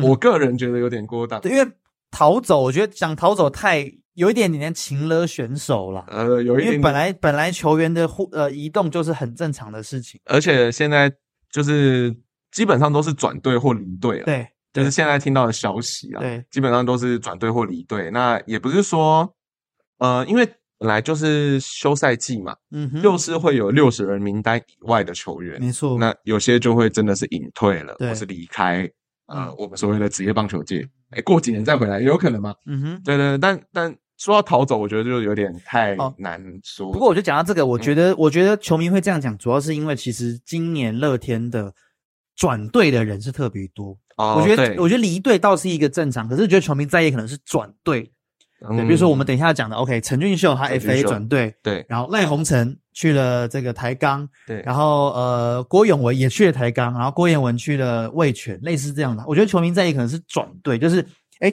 A: 我个人觉得有点过当。
B: 对，因为逃走，我觉得想逃走太有一点点情勒选手啦。
A: 呃，有一
B: 因为
A: 点
B: 本来本来球员的互呃移动就是很正常的事情，
A: 而且现在就是基本上都是转队或离队了，
B: 对
A: 就是现在听到的消息啊，
B: 对，
A: 基本上都是转队或离队。那也不是说，呃，因为本来就是休赛季嘛，
B: 嗯哼，
A: 就是会有六十人名单以外的球员，
B: 没错，
A: 那有些就会真的是隐退了，
B: 对
A: 或是离开呃
B: 嗯
A: 我们所谓的职业棒球界。哎，过几年再回来也有可能吗？
B: 嗯哼。
A: 对对，对但但说到逃走，我觉得就有点太
B: 哦
A: 难说。
B: 不过我就讲到这个，
A: 嗯
B: 我觉得、我觉得球迷会这样讲，主要是因为其实今年乐天的转队的人是特别多。
A: 哦，
B: 我觉得
A: 对
B: 我觉得离队倒是一个正常，可是我觉得球迷在意可能是转队。
A: 嗯
B: 对，比如说我们等一下讲的，OK，陈俊秀他
A: 陈俊
B: FA
A: 秀
B: 转队，
A: 对哦
B: 然后赖鸿成去了这个台钢，
A: 对，
B: 然后呃，郭永文也去了台钢，然后郭彦文去了味全，类似这样的。我觉得球迷在意可能是转队，就是哎，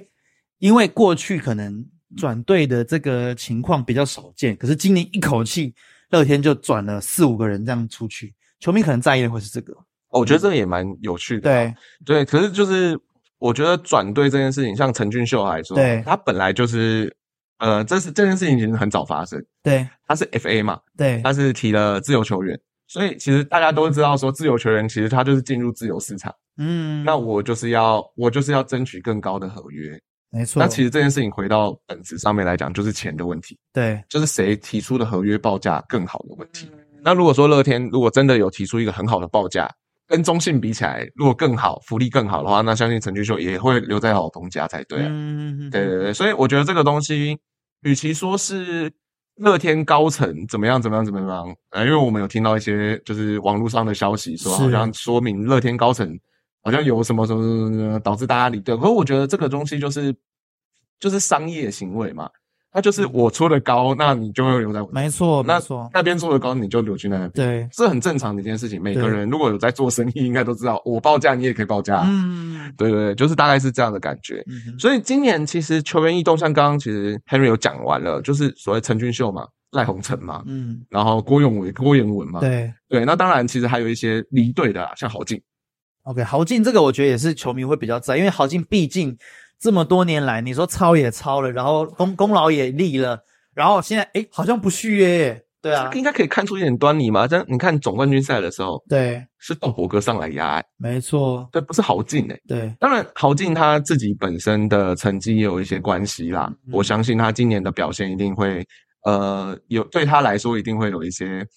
B: 因为过去可能转队的这个情况比较少见，可是今年一口气乐天就转了四五个人这样出去，球迷可能在意的会是这个。
A: 哦我觉得这个也蛮有趣的。
B: 对
A: 对，可是就是我觉得转队这件事情，像陈俊秀来说，
B: 对
A: 他本来就是呃，这是这件事情其实很早发生，
B: 对
A: 他是 FA 嘛，
B: 对
A: 他是提了自由球员。所以其实大家都知道，说自由球员其实他就是进入自由市场，
B: 嗯，
A: 那我就是要我就是要争取更高的合约。
B: 没错，
A: 那其实这件事情回到本质上面来讲，就是钱的问题，
B: 对
A: 就是谁提出的合约报价更好的问题。
B: 嗯
A: 那如果说乐天如果真的有提出一个很好的报价，跟中信比起来，如果更好、福利更好的话，那相信陈俊秀也会留在老东家才对、啊。
B: 嗯
A: 对对对，所以我觉得这个东西，与其说是乐天高层怎么样怎么样怎么样，呃，因为我们有听到一些就是网络上的消息说，
B: 是
A: 好像说明乐天高层好像有什么什么什么什么导致大家离队，可是我觉得这个东西就是就是商业行为嘛。他就是我出的高，那你就会留在我
B: 嗯没错，
A: 那
B: 没错，
A: 那边出的高，你就留去那边。
B: 对，
A: 这很正常的一件事情，每个
B: 对
A: 人如果有在做生意，应该都知道，我报价你也可以报价，
B: 嗯，
A: 对对对，就是大概是这样的感觉。
B: 嗯哼
A: 所以今年其实球员异动，像刚刚其实 Henry 有讲完了，就是所谓陈俊秀嘛、赖鸿成嘛，
B: 嗯，
A: 然后郭永伟、郭彦文嘛，
B: 对
A: 对那当然其实还有一些离队的啦，像郝静，
B: ，OK，豪进这个我觉得也是球迷会比较在意，因为豪进毕竟这么多年来，你说抄也抄了，然后功功劳也立了，然后现在诶好像不续约耶，对啊，
A: 应该可以看出一点端倪嘛。但你看总冠军赛的时候，
B: 对，
A: 是鲍伯哥上来压、欸，
B: 没错，
A: 对，不是郝静诶、欸
B: 对，
A: 当然，郝静他自己本身的成绩也有一些关系啦。
B: 嗯
A: 我相信他今年的表现一定会，呃，有对他来说一定会有一些，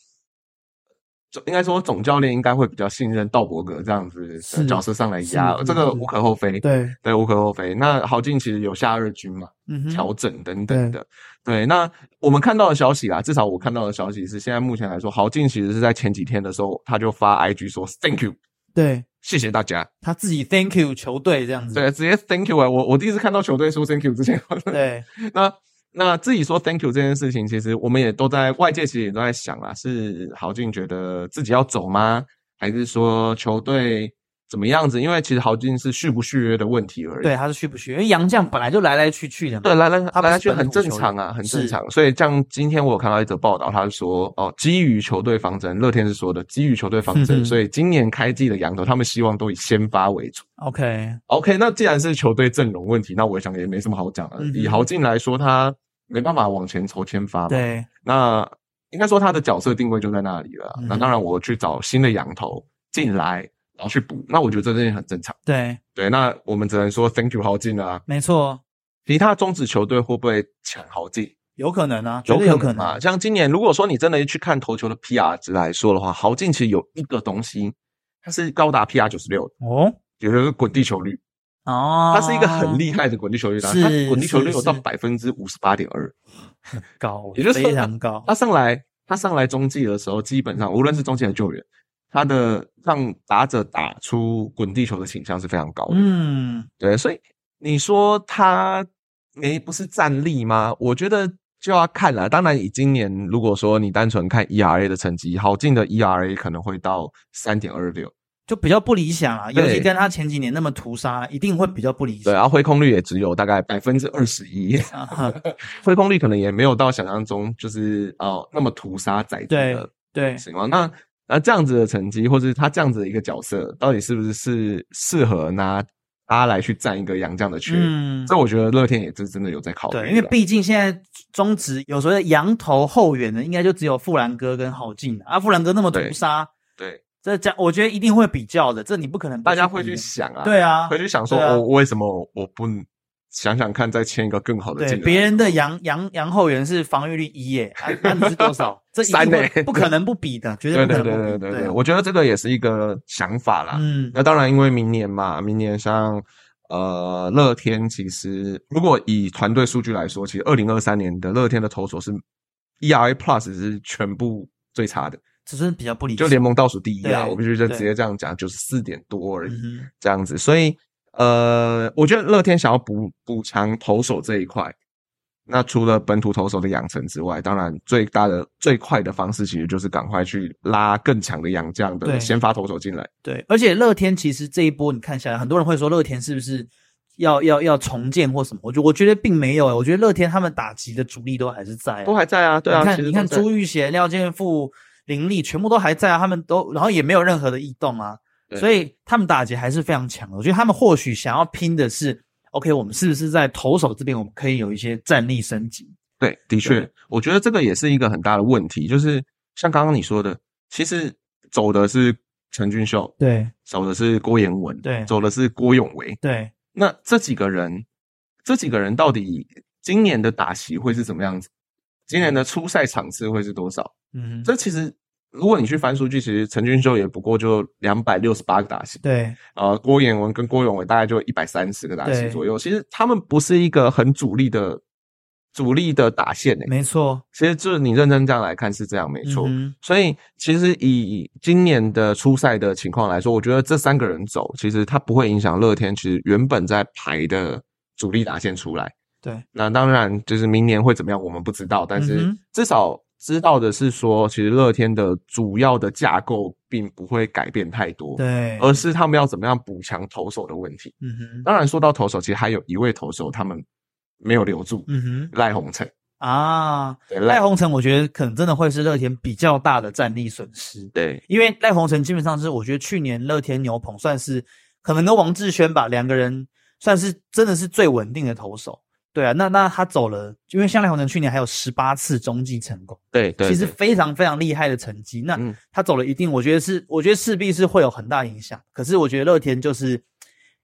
A: 总应该说总教练应该会比较信任道伯格这样子
B: 是
A: 的角色上来压
B: 是，是
A: 这个
B: 是
A: 无可厚非。
B: 对，
A: 对，无可厚非。那郝静其实有下二军嘛，
B: 嗯哼，
A: 调整等等
B: 嗯
A: 的。对，那我们看到的消息啦，至少我看到的消息是，现在目前来说，郝静其实是在前几天的时候，他就发 IG 说 “Thank you”，
B: 对
A: 谢谢大家。
B: 他自己 Thank you 球队这样子，
A: 对，直接 thank you 啊！我我第一次看到球队说 thank you 之前，
B: 对，
A: 那 那自己说 thank you 这件事情，其实我们也都在外界，其实也都在想啦，是郝俊觉得自己要走吗？还是说球队怎么样子？因为其实郝俊是续不续约的问题而已。
B: 对，他是续不续约，因为杨将本来就来来去去的嘛，
A: 对，来来
B: 他不
A: 来
B: 是
A: 来去
B: 本
A: 很
B: 土
A: 正
B: 球员
A: 常啊，很正
B: 是
A: 常。所以像今天我有看到一则报道，他是说哦，基于球队方针，乐天是说的基于球队方
B: 嗯
A: 针，
B: 哼
A: 所以今年开季的羊头，他们希望都以先发为主。
B: ，OK，
A: OK，那既然是球队阵容问题，那我想也没什么好讲了。
B: 嗯哼
A: 以豪进来说，他没办法往前抽签发嘛，
B: 对，
A: 那应该说他的角色定位就在那里了。啊
B: 嗯
A: 那当然，我去找新的羊头进来，然后去补，那我觉得这件事情很正常。
B: 对，
A: 对，那我们只能说 Thank you 豪进啊。
B: 没错，
A: 其他中职球队会不会抢豪进？
B: 有可能啊，绝对有可能，
A: 啊。像今年，如果说你真的去看投球的 PR 值来说的话，豪进其实有一个东西，它是高达 PR 九十六，
B: 哦
A: 也就是滚地球率。
B: 哦，
A: 他是一个很厉害的滚地球率达人，
B: 是
A: 他滚地球率有到
B: 是是
A: 百分之五十八点二。
B: 高，
A: 也就是说
B: 哦非常高，
A: 他上来，他上来中继的时候，基本上无论是中继还是救援，他的让打者打出滚地球的倾向是非常高的。
B: 嗯，
A: 对，所以你说他没不是战力吗？我觉得就要看了。当然，以今年如果说你单纯看 ERA 的成绩，好进的 ERA 可能会到三点二六，
B: 就比较不理想啦，
A: 对
B: 尤其跟他前几年那么屠杀，一定会比较不理
A: 对，
B: 想。
A: 然后挥空率也只有大概百分之二十一。
B: 啊哈
A: 挥空率可能也没有到想象中就是哦那么屠杀宰制的
B: 对，
A: 情况。那那这样子的成绩，或是他这样子的一个角色，到底是不是是适合拿他来去占一个杨将的缺？
B: 嗯，
A: 这我觉得乐天也是真的有在考虑啦。
B: 对，因为毕竟现在中职有所谓的羊头后援的，应该就只有富兰哥跟郝进啊。富兰哥那么屠杀，
A: 对
B: 这讲我觉得一定会比较的，这你不可能不
A: 大家会
B: 比
A: 去
B: 的
A: 想啊，
B: 对啊
A: 会，去想说，
B: 对啊
A: 我为什么我不想想看再签一个更好的
B: 对，
A: 进来？
B: 别人的羊羊羊后援是防御率一耶，啊那你是多少？这一
A: 三
B: 定
A: 耶
B: 会不可能不比的，绝
A: 对
B: 不可
A: 对
B: 能
A: 对
B: 不比。
A: 对对对，
B: 啊
A: 我觉得这个也是一个想法啦。
B: 嗯，
A: 那当然，因为明年嘛，明年像呃乐天，其实如果以团队数据来说，其实二零二三年的乐天的投手是 ERA Plus 是全部最差的，
B: 只是比较不理想。
A: 就联盟倒数第一啊！
B: 对
A: 我必须就
B: 对
A: 直接这样讲，九十四点多而已、
B: 嗯哼，
A: 这样子。所以呃，我觉得乐天想要补补强投手这一块。那除了本土投手的养成之外，当然最大的、最快的方式，其实就是赶快去拉更强的洋将
B: 对
A: 的先发投手进来。
B: 对，而且乐天其实这一波你看下来，很多人会说乐天是不是要要要重建或什么？我觉我觉得并没有、欸我觉得乐天他们打击的主力都还是在、
A: 都还在啊，对啊，
B: 你
A: 其
B: 看
A: 实
B: 你
A: 都
B: 看
A: 在
B: 朱玉贤、廖健富、林立全部都还在啊，他们都然后也没有任何的异动啊，
A: 对
B: 所以他们打击还是非常强的。我觉得他们或许想要拼的是，OK，我们是不是在投手这边我们可以有一些战力升级？
A: 对，的确
B: 对，
A: 我觉得这个也是一个很大的问题，就是像刚刚你说的，其实走的是陈俊秀，
B: 对
A: 走的是郭彦文，
B: 对
A: 走的是郭永维，
B: 对，
A: 那这几个人，这几个人到底今年的打席会是怎么样子？今年的初赛场次会是多少？
B: 嗯，
A: 这其实如果你去翻数据，其实陈俊秀也不过就两百六十八个打席，
B: 对
A: 啊、郭彦文跟郭永伟大概就一百三十个打席
B: 对
A: 左右。其实他们不是一个很主力的主力的打线欸诶、
B: 没错，
A: 其实就是你认真这样来看是这样没错。
B: 嗯
A: 所以其实以今年的初赛的情况来说，我觉得这三个人走，其实他不会影响乐天其实原本在排的主力打线出来。
B: 哼对，
A: 那当然就是明年会怎么样，我们不知道，但是
B: 嗯哼
A: 至少知道的是说，其实乐天的主要的架构并不会改变太多，
B: 对，
A: 而是他们要怎么样补强投手的问题。
B: 嗯哼，
A: 当然，说到投手，其实还有一位投手他们没有留住，
B: 嗯哼，
A: 赖鸿成。
B: 啊，
A: 对，
B: 赖鸿成，我觉得可能真的会是乐天比较大的战力损失，
A: 对
B: 因为赖鸿成基本上是我觉得去年乐天牛棚算是可能跟王志轩吧两个人算是真的是最稳定的投手。对啊，那那他走了，因为像赖鸿成去年还有十八次中继成功，
A: 对对，
B: 其实
A: 对
B: 非常非常厉害的成绩。那
A: 嗯
B: 他走了一定，我觉得是，我觉得势必是会有很大影响。可是我觉得乐天就是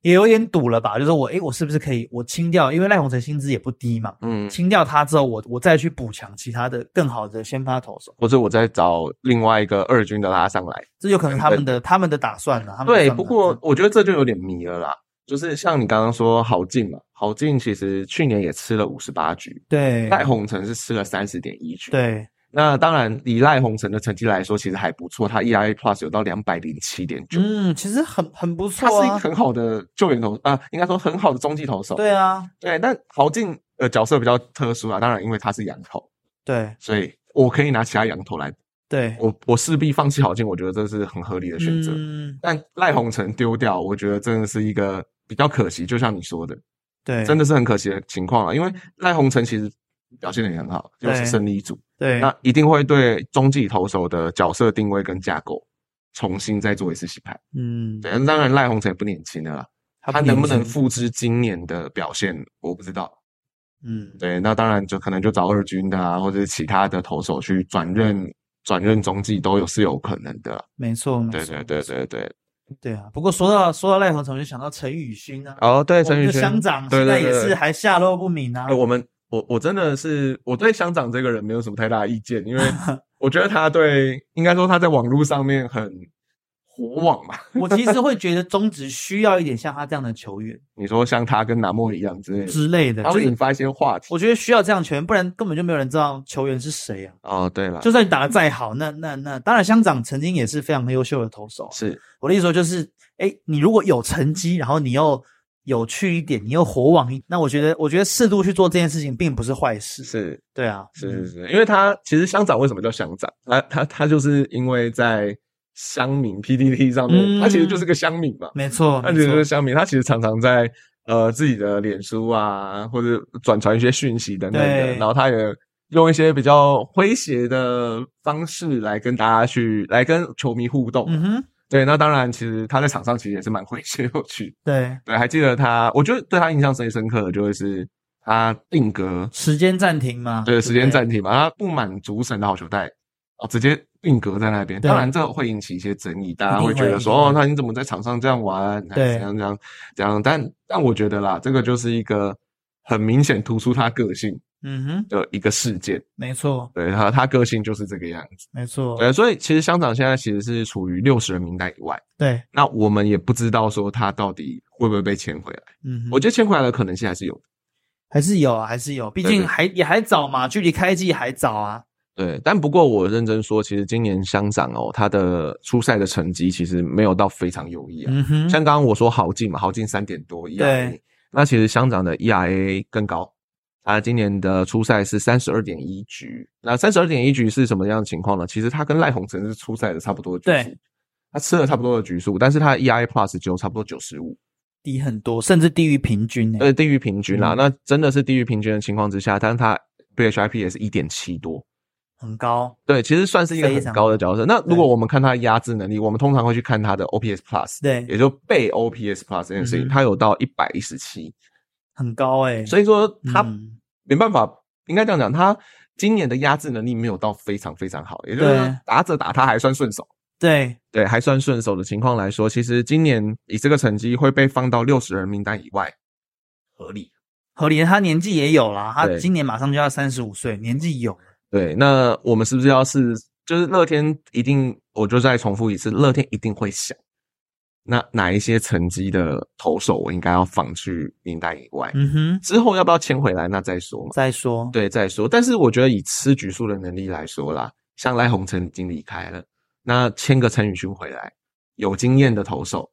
B: 也有点赌了吧，就是我诶，我是不是可以我清掉？因为赖鸿成薪资也不低嘛，
A: 嗯，
B: 清掉他之后，我我再去补强其他的更好的先发投手，
A: 或者我再找另外一个二军的拉上来。
B: 这有可能他们的他们的打算了。他们的
A: 对，
B: 算
A: 不
B: 盘
A: 过我觉得这就有点迷了啦。就是像你刚刚说郝进嘛，郝进其实去年也吃了五十八局，
B: 对
A: 赖鸿成是吃了三十点一局。，
B: 对
A: 那当然以赖鸿成的成绩来说，其实还不错，他 ERA Plus 有到两百零七点九，
B: 嗯，其实很很不
A: 他是
B: 错
A: 一个
B: 啊，
A: 很好的救援投啊、应该说很好的中继投手。
B: 对啊，
A: 对，但郝进呃角色比较特殊啊，当然因为他是羊头，
B: 对
A: 所以我可以拿其他羊头来，
B: 对，
A: 我我势必放弃郝进，我觉得这是很合理的选择。
B: 嗯，
A: 但赖鸿成丢掉，我觉得真的是一个比较可惜，就像你说的，
B: 对，
A: 真
B: 的
A: 的是很可惜的情况啊了。因为赖鸿成其实表现的也很好，又是
B: 对
A: 胜利组，
B: 对
A: 那一定会对中继投手的角色定位跟架构重新再做一次洗牌。
B: 嗯，
A: 对，当然赖鸿成也不年轻了啦，他
B: 年
A: 能不能
B: 轻
A: 复制今年的表现，我不知道。
B: 嗯
A: 对，那当然就可能就找二军的啊，或者是其他的投手去转任转任中继都有是有可能的啦。
B: 没错，没
A: 对
B: 错
A: 对对对对，
B: 对啊！不过说到说到赖鸿成，我就想到陈宇勋啊，
A: 哦，对，
B: 我们
A: 陈宇
B: 的
A: 轩
B: 乡长
A: 对
B: 现
A: 对
B: 在
A: 对
B: 也
A: 对
B: 是还下落不 明啊
A: 哎，。我们我我真的是我对乡长这个人没有什么太大的意见， 因为我觉得他对应该说他在网络上面很火网嘛。
B: 我其实会觉得中职需要一点像他这样的球员
A: 你说像他跟南莫一样之类的，
B: 之类的，
A: 他
B: 就
A: 会引
B: 是
A: 发一些话题。
B: 我觉得需要这样的球员，不然根本就没有人知道球员是谁啊。
A: 哦，对了，
B: 就算你打得再好，那那那当然，乡长曾经也是非常优秀的投手啊。
A: 是
B: 我的意思说就是，哎，你如果有成绩，然后你又有趣一点，你又火网一，那我觉得我觉得适度去做这件事情并不是坏事。
A: 是
B: 对啊，
A: 是
B: 嗯
A: 是是，因为他其实乡长为什么叫乡长？他他他就是因为在乡民 PDD 上面，
B: 嗯
A: 他其实就是个乡民嘛。
B: 没错，
A: 他
B: 没
A: 其实就是
B: 错，
A: 乡民，他其实常常在呃自己的脸书啊，或者转传一些讯息等等的，
B: 对
A: 然后他也用一些比较诙谐的方式来跟大家去来跟球迷互动。
B: 嗯哼，
A: 对，那当然，其实他在场上其实也是蛮诙谐有趣。
B: 对，
A: 对，还记得他，我觉得对他印象最深刻的就会是他定格
B: 时间暂停嘛，
A: 对，时间
B: 不对
A: 暂停嘛，他不满足神的好球带，哦，直接定格在那边。
B: 对
A: 当然，这会引起一些争议，大家
B: 一定
A: 会觉
B: 会
A: 得
B: 一
A: 说，
B: 定
A: 哦，
B: 会
A: 那你怎么在场上这样玩？哎
B: 对
A: 怎样怎样怎样？但但我觉得啦，这个就是一个很明显突出他个性
B: 嗯哼，
A: 的一个事件。
B: 没错，
A: 对他，他个性就是这个样子。
B: 没错，
A: 对，啊所以其实乡长现在其实是处于六十人名单以外，
B: 对，
A: 那我们也不知道说他到底会不会被签回来。
B: 嗯哼，
A: 我觉得签回来的可能性还是有的。
B: 还是有啊，还是有，毕
A: 对对
B: 竟还也还早嘛，距离开季还早啊。
A: 对，但不过我认真说，其实今年乡长哦，他的初赛的成绩其实没有到非常优异啊。
B: 嗯哼，
A: 像刚刚我说豪进嘛，豪进三点多 ERA，
B: 对
A: 那其实乡长的 ERA 更高，他今年的初赛是三十二点一局。那三十二点一局是什么样的情况呢？其实他跟赖鸿成是初赛的差不多的局数
B: 对，
A: 他吃了差不多的局数，但是他的 ERA Plus 只有差不多九十五，
B: 低很多，甚至低于平均欸呢、
A: 呃，低于平均啦、
B: 嗯
A: 那真的是低于平均的情况之下，但是他 BHIP 也是一点七多。
B: 很高。
A: 对，其实算是一个
B: 非
A: 很
B: 常
A: 高的角色。那如果
B: 对
A: 我们看他的压制能力，我们通常会去看他的 OPS Plus，
B: 对，
A: 也就被 OPS Plus 这件事情，
B: 嗯哼
A: 他有到一百一十七，
B: 很高哎、
A: 所以说他
B: 嗯
A: 没办法，应该这样讲，他今年的压制能力没有到非常非常好，也就是说
B: 对
A: 打者打他还算顺手。
B: 对
A: 对，还算顺手的情况来说，其实今年以这个成绩会被放到六十人名单以外，合理。
B: 合理，他年纪也有啦，他
A: 对
B: 今年马上就要三十五岁，年纪有了。
A: 对，那我们是不是要是就是乐天一定，我就再重复一次，乐天一定会想，那哪一些成绩的投手我应该要放去名单以外，
B: 嗯哼，
A: 之后要不要签回来那再说嘛。
B: 再说，
A: 对，再说。但是我觉得以吃局数的能力来说啦，像赖鸿成已经离开了，那签个陈宇勋回来，有经验的投手，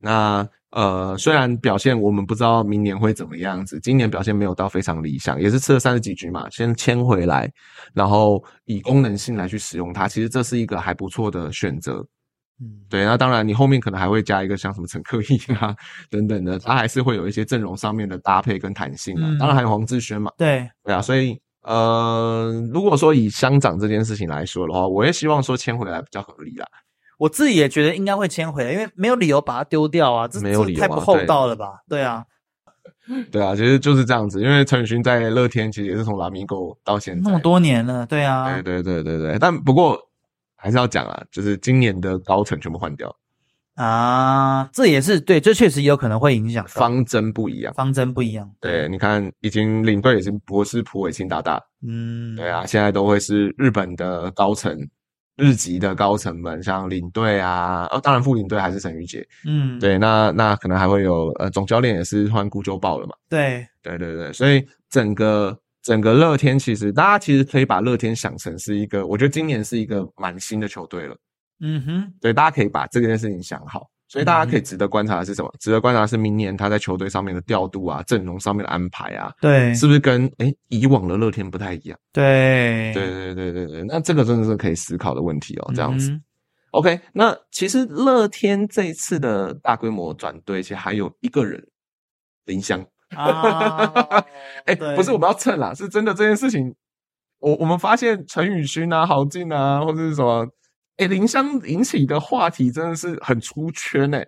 A: 那呃，虽然表现我们不知道明年会怎么样子，今年表现没有到非常理想，也是吃了三十几局嘛，先签回来，然后以功能性来去使用它，其实这是一个还不错的选择。
B: 嗯，
A: 对，那当然，你后面可能还会加一个像什么陈克义啊 等等的，他还是会有一些阵容上面的搭配跟弹性啊。
B: 嗯
A: 当然还有黄志轩嘛，
B: 对，
A: 对啊，所以呃，如果说以乡长这件事情来说的话，我也希望说签回来比较合理啦。
B: 我自己也觉得应该会签回来，因为没有理由把它丢掉啊，这
A: 没有理由啊
B: 这太不厚道了吧？对啊，
A: 对啊，其实就是这样子，因为陈宇勋在乐天其实也是从拉米狗到现在
B: 那么多年了，对啊，
A: 对对对对对，但不过还是要讲啊，就是今年的高层全部换掉，
B: 啊，这也是对，这确实有可能会影响到
A: 方针不一样。
B: 方针不一样，
A: 对，你看，已经领队已经不是浦尾新大大，
B: 嗯，
A: 对啊，现在都会是日本的高层、日籍的高层们，像领队啊，哦，当然副领队还是沈瑜姐，
B: 嗯，
A: 对，那那可能还会有呃，总教练也是换顾就报了嘛，
B: 对，
A: 对对对，所以整个整个乐天其实大家其实可以把乐天想成是一个，我觉得今年是一个蛮新的球队了。
B: 嗯哼，
A: 对，大家可以把这件事情想好。所以大
B: 嗯
A: 家可以值得观察的是什么？值得观察的是明年他在球队上面的调度啊、阵容上面的安排啊，
B: 对，
A: 是不是跟诶以往的乐天不太一样？
B: 对，
A: 对对对对对，那这个真的是可以思考的问题哦。这样子、
B: 嗯
A: o k 那其实乐天这一次的大规模转队，其实还有一个人林香。，
B: 哼啊
A: 哎、
B: 对
A: 不是我们要蹭啦，是真的这件事情，我我们发现陈宇勋啊、郝静啊，或者是什么，哎、林湘引起的话题真的是很出圈哎、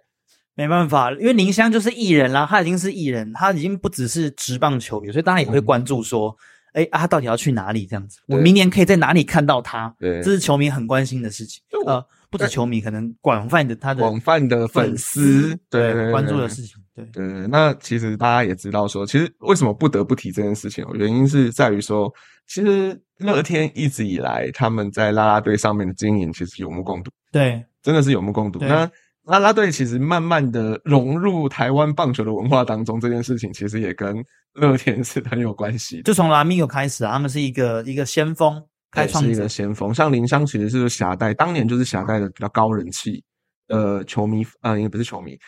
B: 没办法，因为林湘就是艺人啦，他已经是艺人，他已经不只是职棒球员，所以大家也会关注说，哎、啊，他到底要去哪里？这样子，我
A: 嗯对
B: 明年可以在哪里看到他？
A: 对
B: 这是球迷很关心的事情
A: 对。我
B: 呃，不止球迷，可能广泛的他的
A: 广泛的粉丝
B: 对
A: 对
B: 关注的事情，对，
A: 对，那其实大家也知道说，其实为什么不得不提这件事情哦？原因是在于说，其实乐天一直以来他们在啦啦队上面的经营其实有目共睹，
B: 对，
A: 真的是有目共睹。
B: 对
A: 那啦啦队其实慢慢的融入台湾棒球的文化当中，这件事情其实也跟乐天是很有关系的，
B: 就从拉米 i 开始啊，他们是一个一个先锋开
A: 也是
B: 创
A: 一
B: 者
A: 个，先锋。像林湘其实是狭带，当年就是狭带的比较高人气呃球迷，呃，也不是球迷，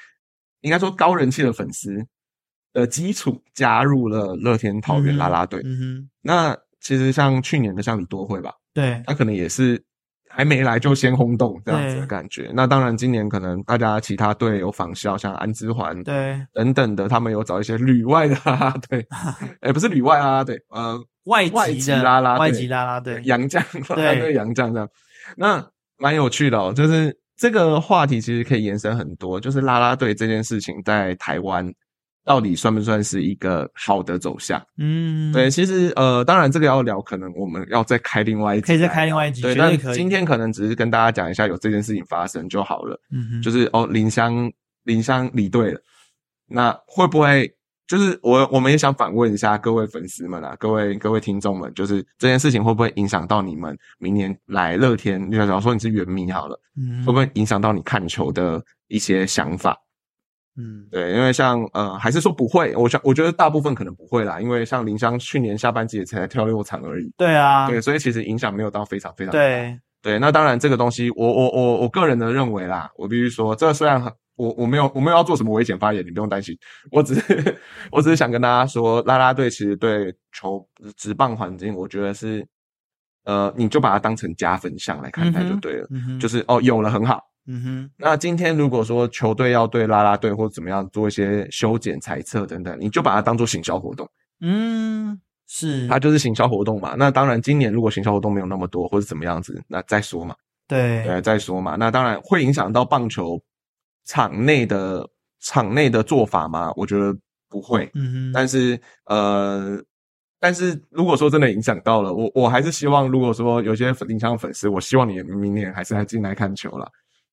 A: 应该说高人气的粉丝的基础加入了乐天桃园啦啦队。
B: 嗯哼，
A: 那其实像去年的像李多惠吧，
B: 对，
A: 他可能也是还没来就先轰动这样子的
B: 对
A: 感觉。那当然，今年可能大家其他队有仿效，像安之环
B: 对，
A: 等等的，他们有找一些旅外的啦啦 队，哎，不是旅外啦啦队，呃，
B: 外籍的
A: 外籍啦啦队
B: 外籍啦啦队，
A: 洋将啦啦队
B: 对
A: 洋将这样，那蛮有趣的哦。就是这个话题其实可以延伸很多，就是啦啦队这件事情在台湾到底算不算是一个好的走向？
B: 嗯，
A: 对，，其实呃，当然这个要聊，可能我们要再开另外一集，
B: 可以再开。另外一集，
A: 对，
B: 绝
A: 但
B: 对可以，
A: 今天可能只是跟大家讲一下有这件事情发生就好了。
B: 嗯哼，
A: 就是哦，林湘林湘离队了，那会不会就是我我们也想反问一下各位粉丝们啊，各位各位听众们，就是这件事情会不会影响到你们明年来乐天？就假如说你是原迷好了，
B: 嗯
A: 会不会影响到你看球的一些想法？
B: 嗯
A: 对，因为像呃，还是说不会，我想我觉得大部分可能不会啦，因为像林湘去年下半季也才跳六场而已，
B: 对啊，
A: 对，所以其实影响没有到非常非常大。
B: 对，
A: 对，那当然这个东西，我我我我个人的认为啦，我必须说，这虽然很我我没有我没有要做什么危险发言，你不用担心，我只是我只是想跟大家说，啦啦队其实对球职棒环境，我觉得是呃，你就把它当成加分项来看待就
B: 嗯哼
A: 对了，
B: 嗯哼，
A: 就是哦有了很好。
B: 嗯哼，
A: 那今天如果说球队要对啦啦队或怎么样做一些修剪、裁撤等等，你就把它当做行销活动，
B: 嗯，是，
A: 它就是行销活动嘛。那当然，今年如果行销活动没有那么多或者怎么样子，那再说嘛。
B: 对，
A: 呃，再说嘛。那当然会影响到棒球场内的场内的做法吗？我觉得不会。
B: 嗯哼，
A: 但是呃，但是如果说真的影响到了，我我还是希望，如果说有些影响粉丝，我希望你明年还是来进来看球啦。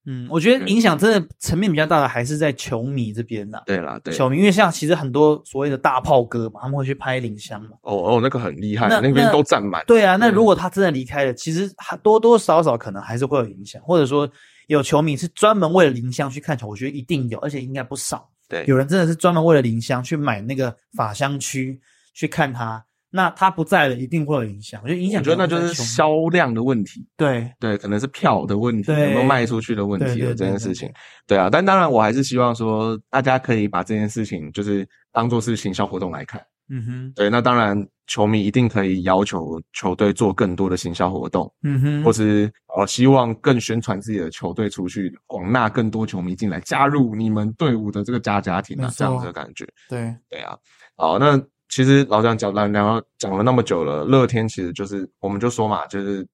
B: 嗯，我觉得影响真的层面比较大的还是在球迷这边啦。
A: 对啦，对。
B: 球迷，因为像其实很多所谓的大炮哥嘛，他们会去拍林香嘛。
A: 哦哦，那个很厉害，
B: 那
A: 那边
B: 那
A: 都站满。
B: 对啊，那
A: 对
B: 如果他真的离开了，其实还多多少少可能还是会有影响，或者说有球迷是专门为了林香去看球，我觉得一定有，而且应该不少。
A: 对
B: 有人真的是专门为了林香去买那个法香区去看他，
C: 那他不在了，一定会有影响。我觉得影响
A: 我觉得那就
C: 可能
A: 是
C: 会在球迷
A: 销量的问题，
C: 对
A: 对，可能是票的问题，有
C: 对
A: 没有卖出去的问题
C: 对对
A: 了这件
C: 对
A: 事情，对啊。但当然，我还是希望说大家可以把这件事情就是当做是行销活动来看。
C: 嗯哼，
A: 对，那当然，球迷一定可以要求球队做更多的行销活动，
C: 嗯哼，
A: 或是呃希望更宣传自己的球队出去，广纳更多球迷进来，加入你们队伍的这个家家庭啊
C: 没，错
A: 这样子的感觉。
C: 对，
A: 对啊，好，那其实老蒋讲了，然后讲了那么久了，乐天其实就是我们就说嘛，就是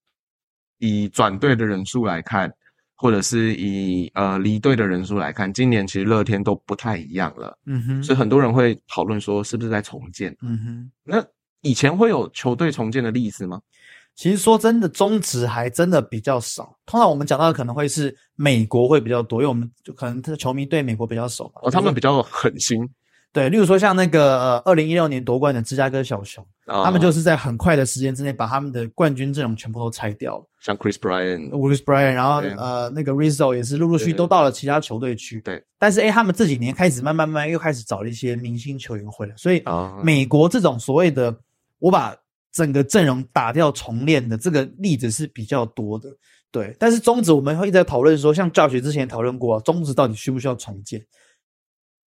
A: 以转队的人数来看，或者是以呃离队的人数来看，今年其实乐天都不太一样了，
C: 嗯哼，
A: 所以很多人会讨论说是不是在重建？
C: 嗯哼。
A: 那以前会有球队重建的例子吗？
B: 其实说真的，中职还真的比较少。通常我们讲到的可能会是美国会比较多，因为我们就可能球迷对美国比较熟嘛。
A: 哦，他们比较狠心，
B: 对，例如说像那个呃二零一六年夺冠的芝加哥小熊，
A: 啊
B: 他们就是在很快的时间之内把他们的冠军阵容全部都拆掉了。
A: 像 Chris Bryant，
B: Willis Bryan，然后
A: 对
B: 呃那个 Rizzo 也是陆陆续续
A: 对
B: 都到了其他球队去。
A: 对，
B: 但是诶，他们这几年开始慢慢慢慢又开始找了一些明星球员回来，所以
A: 啊
B: 美国这种所谓的我把整个阵容打掉重练的这个例子是比较多的。对，但是中职我们会一直在讨论说，像教学之前也讨论过、啊，中职到底需不需要重建？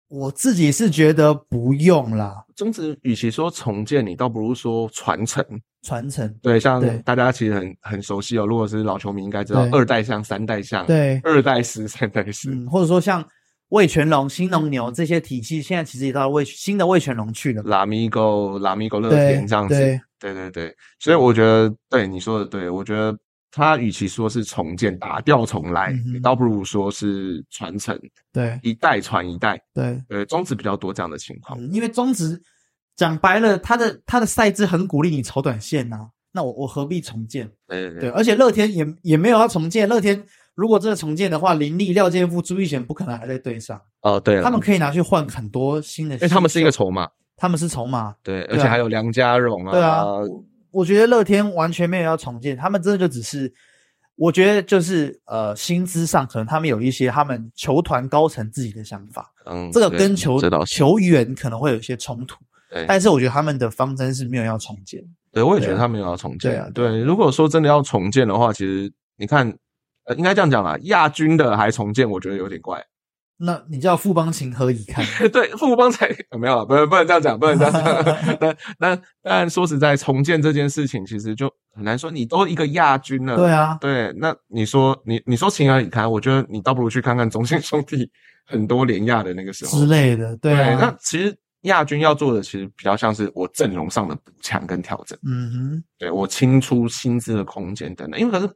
B: 我自己是觉得不用啦，
A: 中职与其说重建，你倒不如说传承。
B: 传承。
A: 对，像
B: 对
A: 大家其实很很熟悉哦，如果是老球迷应该知道
B: 对
A: 二代像、三代像，
B: 对，
A: 二代师、三代师，
B: 嗯，或者说像魏全龙、新农牛这些体系，现在其实也到了魏新的魏全龙去了嘛。
A: 拉米狗、拉米狗乐
B: 对
A: 天这样子，
B: 对
A: 对对对，所以我觉得对你说的对，我觉得他与其说是重建打掉重来，
B: 嗯哼
A: 倒不如说是传承，
B: 对
A: 一代传一代，
B: 对，
A: 呃，中职比较多这样的情况。
B: 嗯因为中职讲白了，他的他的赛制很鼓励你炒短线呐、那我我何必重建？
A: 对对
B: 对，
A: 对，
B: 啊而且乐天也也没有要重建，乐天如果真的重建的话，林立、廖健富、朱一贤不可能还在队上，
A: 哦对了，
B: 他们可以拿去换很多新的，
A: 因为他们是一个，筹码，
B: 他们是筹码。
A: 对，
B: 对
A: 而
B: 啊
A: 且还有梁家荣啊，
B: 对啊，我我觉得乐天完全没有要重建，他们真的就只是，我觉得就是呃，薪资上可能他们有一些他们球团高层自己的想法，
A: 嗯，
B: 这个
A: 对
B: 跟球
A: 这倒是
B: 球员可能会有一些冲突，
A: 对
B: 但是我觉得他们的方针是没有要重建，
A: 对，我也觉
B: 对
A: 得
B: 啊
A: 他们有要重建。
B: 对啊对
A: 对，如果说真的要重建的话，其实你看，呃，应该这样讲啦，亚军的还重建，我觉得有点怪。
B: 那你叫富邦情何以堪？
A: 对，富邦才呃没有了，啊不能不能这样讲，不能这样 讲。但但但说实在，重建这件事情其实就很难说，你都一个亚军了。
B: 对啊，
A: 对，那你说你你说情何以堪？我觉得你倒不如去看看中信兄弟很多连亚的那个时候
B: 之。类的，对
A: 对，那
B: 啊，
A: 其实亚军要做的其实比较像是我阵容上的补强跟调整。
B: 嗯哼，
A: 对我清出薪资的空间等等。因为可是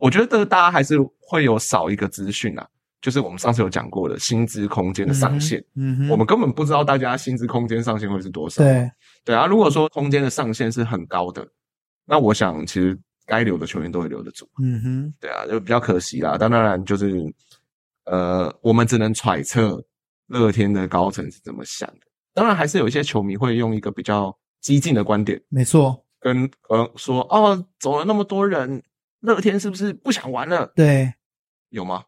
A: 我觉得大家还是会有少一个资讯啊，就是我们上次有讲过的薪资空间的上限，
B: 嗯哼，
A: 我们根本不知道大家薪资空间上限会是多少。
B: 对
A: 对啊，如果说空间的上限是很高的，那我想其实该留的球员都会留得住。
B: 嗯哼，
A: 对啊，就比较可惜啦。但当然就是呃，我们只能揣测乐天的高层是怎么想的。当然还是有一些球迷会用一个比较激进的观点。
B: 没错，
A: 跟呃说哦，走了那么多人，乐天是不是不想玩了？
B: 对，
A: 有吗？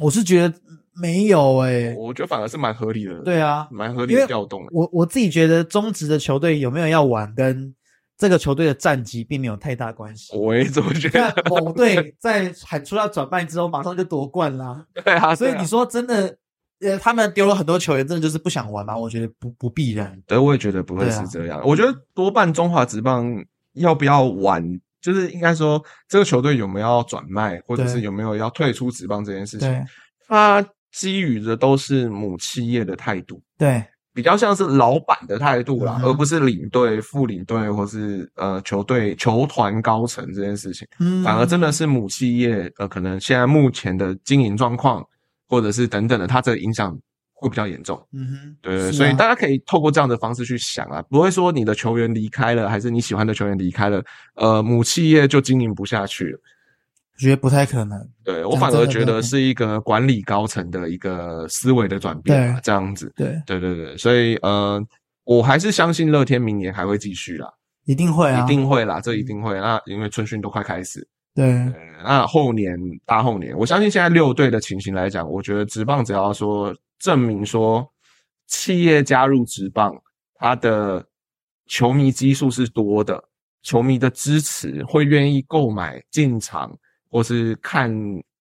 B: 我是觉得没有诶、
A: 我觉得反而是蛮合理的，，
B: 对啊，
A: 蛮合理的调动的。
B: 我我自己觉得中职的球队有没有要玩，跟这个球队的战绩并没有太大关 系。
A: 我也这么觉
B: 你看
A: 得，
B: 某队在喊出要转办之后，马上就夺冠啦。
A: 对啊，
B: 所以
A: 对啊
B: 你说真的，呃，他们丢了很多球员，真的就是不想玩吗？我觉得不不必然。
A: 对，我也觉得不会
B: 对啊
A: 是这样。我觉得多半中华职棒要不要玩，就是应该说这个球队有没有要转卖，或者
B: 对
A: 是有没有要退出职棒这件事情，它基于的都是母企业的态度。
B: 对
A: 比较像是老板的态度啦
B: 嗯，哼
A: 而不是领队、副领队或是呃球队、球团高层这件事情，
B: 嗯，
A: 反而真的是母企业呃，可能现在目前的经营状况或者是等等的，它这个影响会比较严重。
B: 嗯哼，
A: 对，
B: 是啊
A: 所以大家可以透过这样的方式去想啊，不会说你的球员离开了，还是你喜欢的球员离开了，呃，母企业就经营不下去了。
B: 我觉得不太可能。
A: 对我
B: 讲
A: 反
B: 真
A: 而
B: 的
A: 觉
B: 对
A: 得是一个管理高层的一个思维的转变吧
B: 对，
A: 这样子。
B: 对，
A: 对对对，所以呃，我还是相信乐天明年还会继续啦，
B: 一定会啊，
A: 一定会啦，这一定会。那因为春训都快开始，
B: 对
A: 呃，那后年大后年，我相信现在六队的情形来讲，我觉得职棒只要说证明说企业加入职棒，它的球迷基数是多的，球迷的支持会愿意购买进场，或是看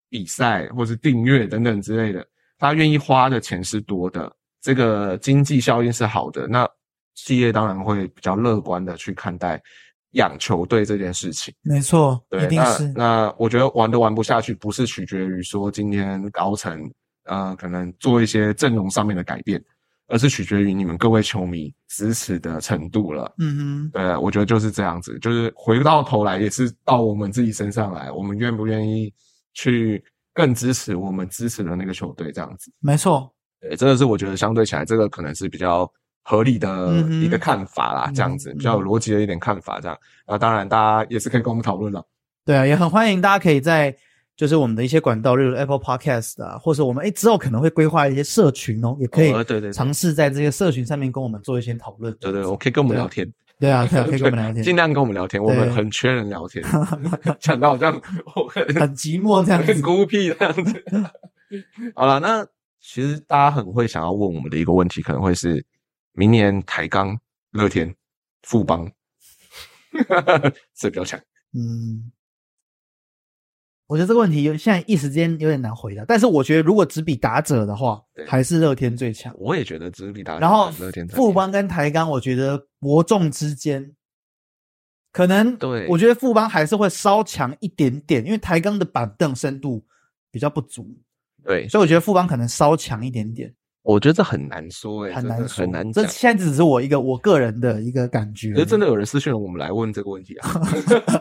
A: 比赛，或是订阅等等之类的，他愿意花的钱是多的，这个经济效应是好的，那企业当然会比较乐观的去看待养球队这件事情。
D: 没错，
A: 对，
D: 一定
A: 那
D: 是
A: 那我觉得玩都玩不下去，不是取决于说今天高层呃可能做一些阵容上面的改变，而是取决于你们各位球迷支持的程度了。
D: 嗯哼，
A: 对，我觉得就是这样子，就是回到头来也是到我们自己身上来，我们愿不愿意去更支持我们支持的那个球队这样子。
D: 没错，
A: 对，真的是我觉得相对起来，这个可能是比较合理的
D: 嗯哼
A: 一个看法啦，
D: 嗯
A: 这样子比较有逻辑的一点看法这样。那当然，大家也是可以跟我们讨论了。
D: 对啊，也很欢迎大家可以在就是我们的一些管道，例如 Apple Podcast 啊，或者我们哎之后可能会规划一些社群哦，也可以
A: 哦对对对
D: 尝试在这些社群上面跟我们做一些讨论。
A: 对对，我可以跟我们
D: 对
A: 聊天，
D: 对啊，对啊，可以跟我们聊
A: 对尽
D: 天，
A: 量跟我们聊天，我们
D: 对啊
A: 很缺人 聊天。讲到好像我很
D: 很寂寞这样
A: 很
D: 子。
A: 孤僻这样子。好了，那其实大家很会想要问我们的一个问题，可能会是明年台钢、乐天、富 邦谁比较强？
D: 嗯，我觉得这个问题有现在一时间有点难回答，但是我觉得如果只比打者的话
A: 对，
D: 还是乐天最强。
A: 我也觉得只比大家
D: 然后
A: 乐天才
D: 富邦跟台钢，我觉得伯仲之间，可能
A: 对
D: 我觉得富邦还是会稍强一点点，因为台钢的板凳深度比较不足，
A: 对，
D: 所以我觉得富邦可能稍强一点点，
A: 我觉得这很难说哎，
D: 很
A: 真的
D: 难说，
A: 很难
D: 这
A: 讲。
D: 现在只是我一个我个人的一个感觉
A: 可，是真的有人私讯了我们来问这个问题 啊？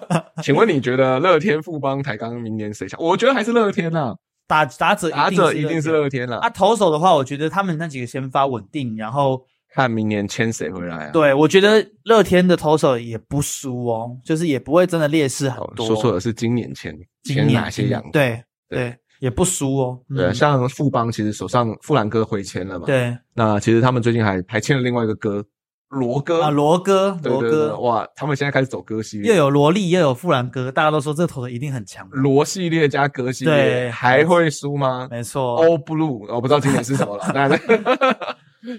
A: 请问你觉得乐天、富邦、台钢明年谁强？我觉得还是乐天啊啦、
D: 打打者
A: 打者一定是
D: 乐
A: 乐天啦、
B: 啊，投手的话，我觉得他们那几个先发稳定，然后
A: 看明年签谁回来啊？
B: 对我觉得乐天的投手也不输哦，就是也不会真的劣势很
A: 哦，
B: 多。
A: 说错了，是今年签
D: 今
A: 签
D: 年
A: 哪些洋？
D: 对
A: 对
D: 对也不输哦，嗯
A: 对啊，像富邦其实手上富兰哥回签了嘛，，
B: 对
A: 那其实他们最近还还签了另外一个哥罗哥
B: 啊，罗哥，
A: 对
B: 罗
A: 对对
B: 哥
A: 哇，他们现在开始走哥系
B: 又
A: 列，
B: 有萝莉，又有富兰哥，大家都说这投手一定很强。
A: 罗系列加哥系列
B: 对
A: 还会输吗？
B: 没错，
A: 欧 blue，我不知道今年是什 么了，但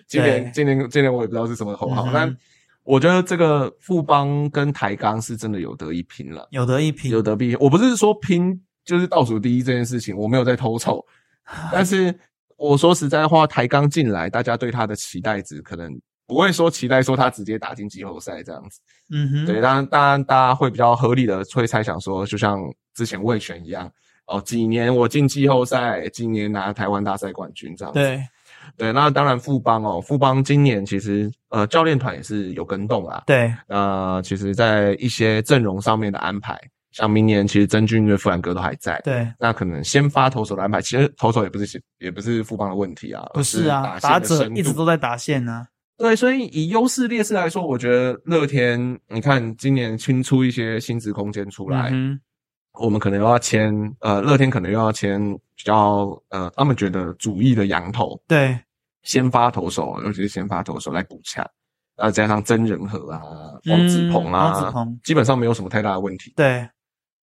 A: 今年
B: 对
A: 今年今年我也不知道是什么口号
D: 嗯，哼
A: 但我觉得这个富邦跟台钢是真的有得一拼了。
B: 有得一拼，
A: 有得必，我不是说拼就是倒数第一这件事情，我没有在偷 臭，但是我说实在话，台刚进来，大家对他的期待值可能不会说期待说他直接打进季后赛这样子，
B: 嗯哼，
A: 对，当然当然大家会比较合理的会猜想说，就像之前魏权一样，哦，几年我进季后赛，今年拿台湾大赛冠军这样子，
B: 对
A: 对，那当然富邦哦，富邦今年其实呃教练团也是有跟动啦，
B: 对
A: 呃，其实，在一些阵容上面的安排，像明年其实曾俊乐、富兰哥都还在，
B: 对，
A: 那可能先发投手的安排，其实投手也不是也不是富邦的问题啊，
B: 不是啊，
A: 而
B: 打
A: 打线的
B: 者
A: 深
B: 一直
A: 度
B: 都在打线啊呢、
A: 对，所以以优势劣势来说，我觉得乐天，你看今年清出一些薪资空间出来，
B: 嗯
A: 我们可能又要签呃，乐天可能又要签比较呃，他们觉得主力的羊头，
B: 哼，对
A: 先发投手，尤其是先发投手来补强，啊，加上曾仁和啊、王子鹏啊，
B: 嗯王子鹏
A: 基本上没有什么太大的问题。
B: 对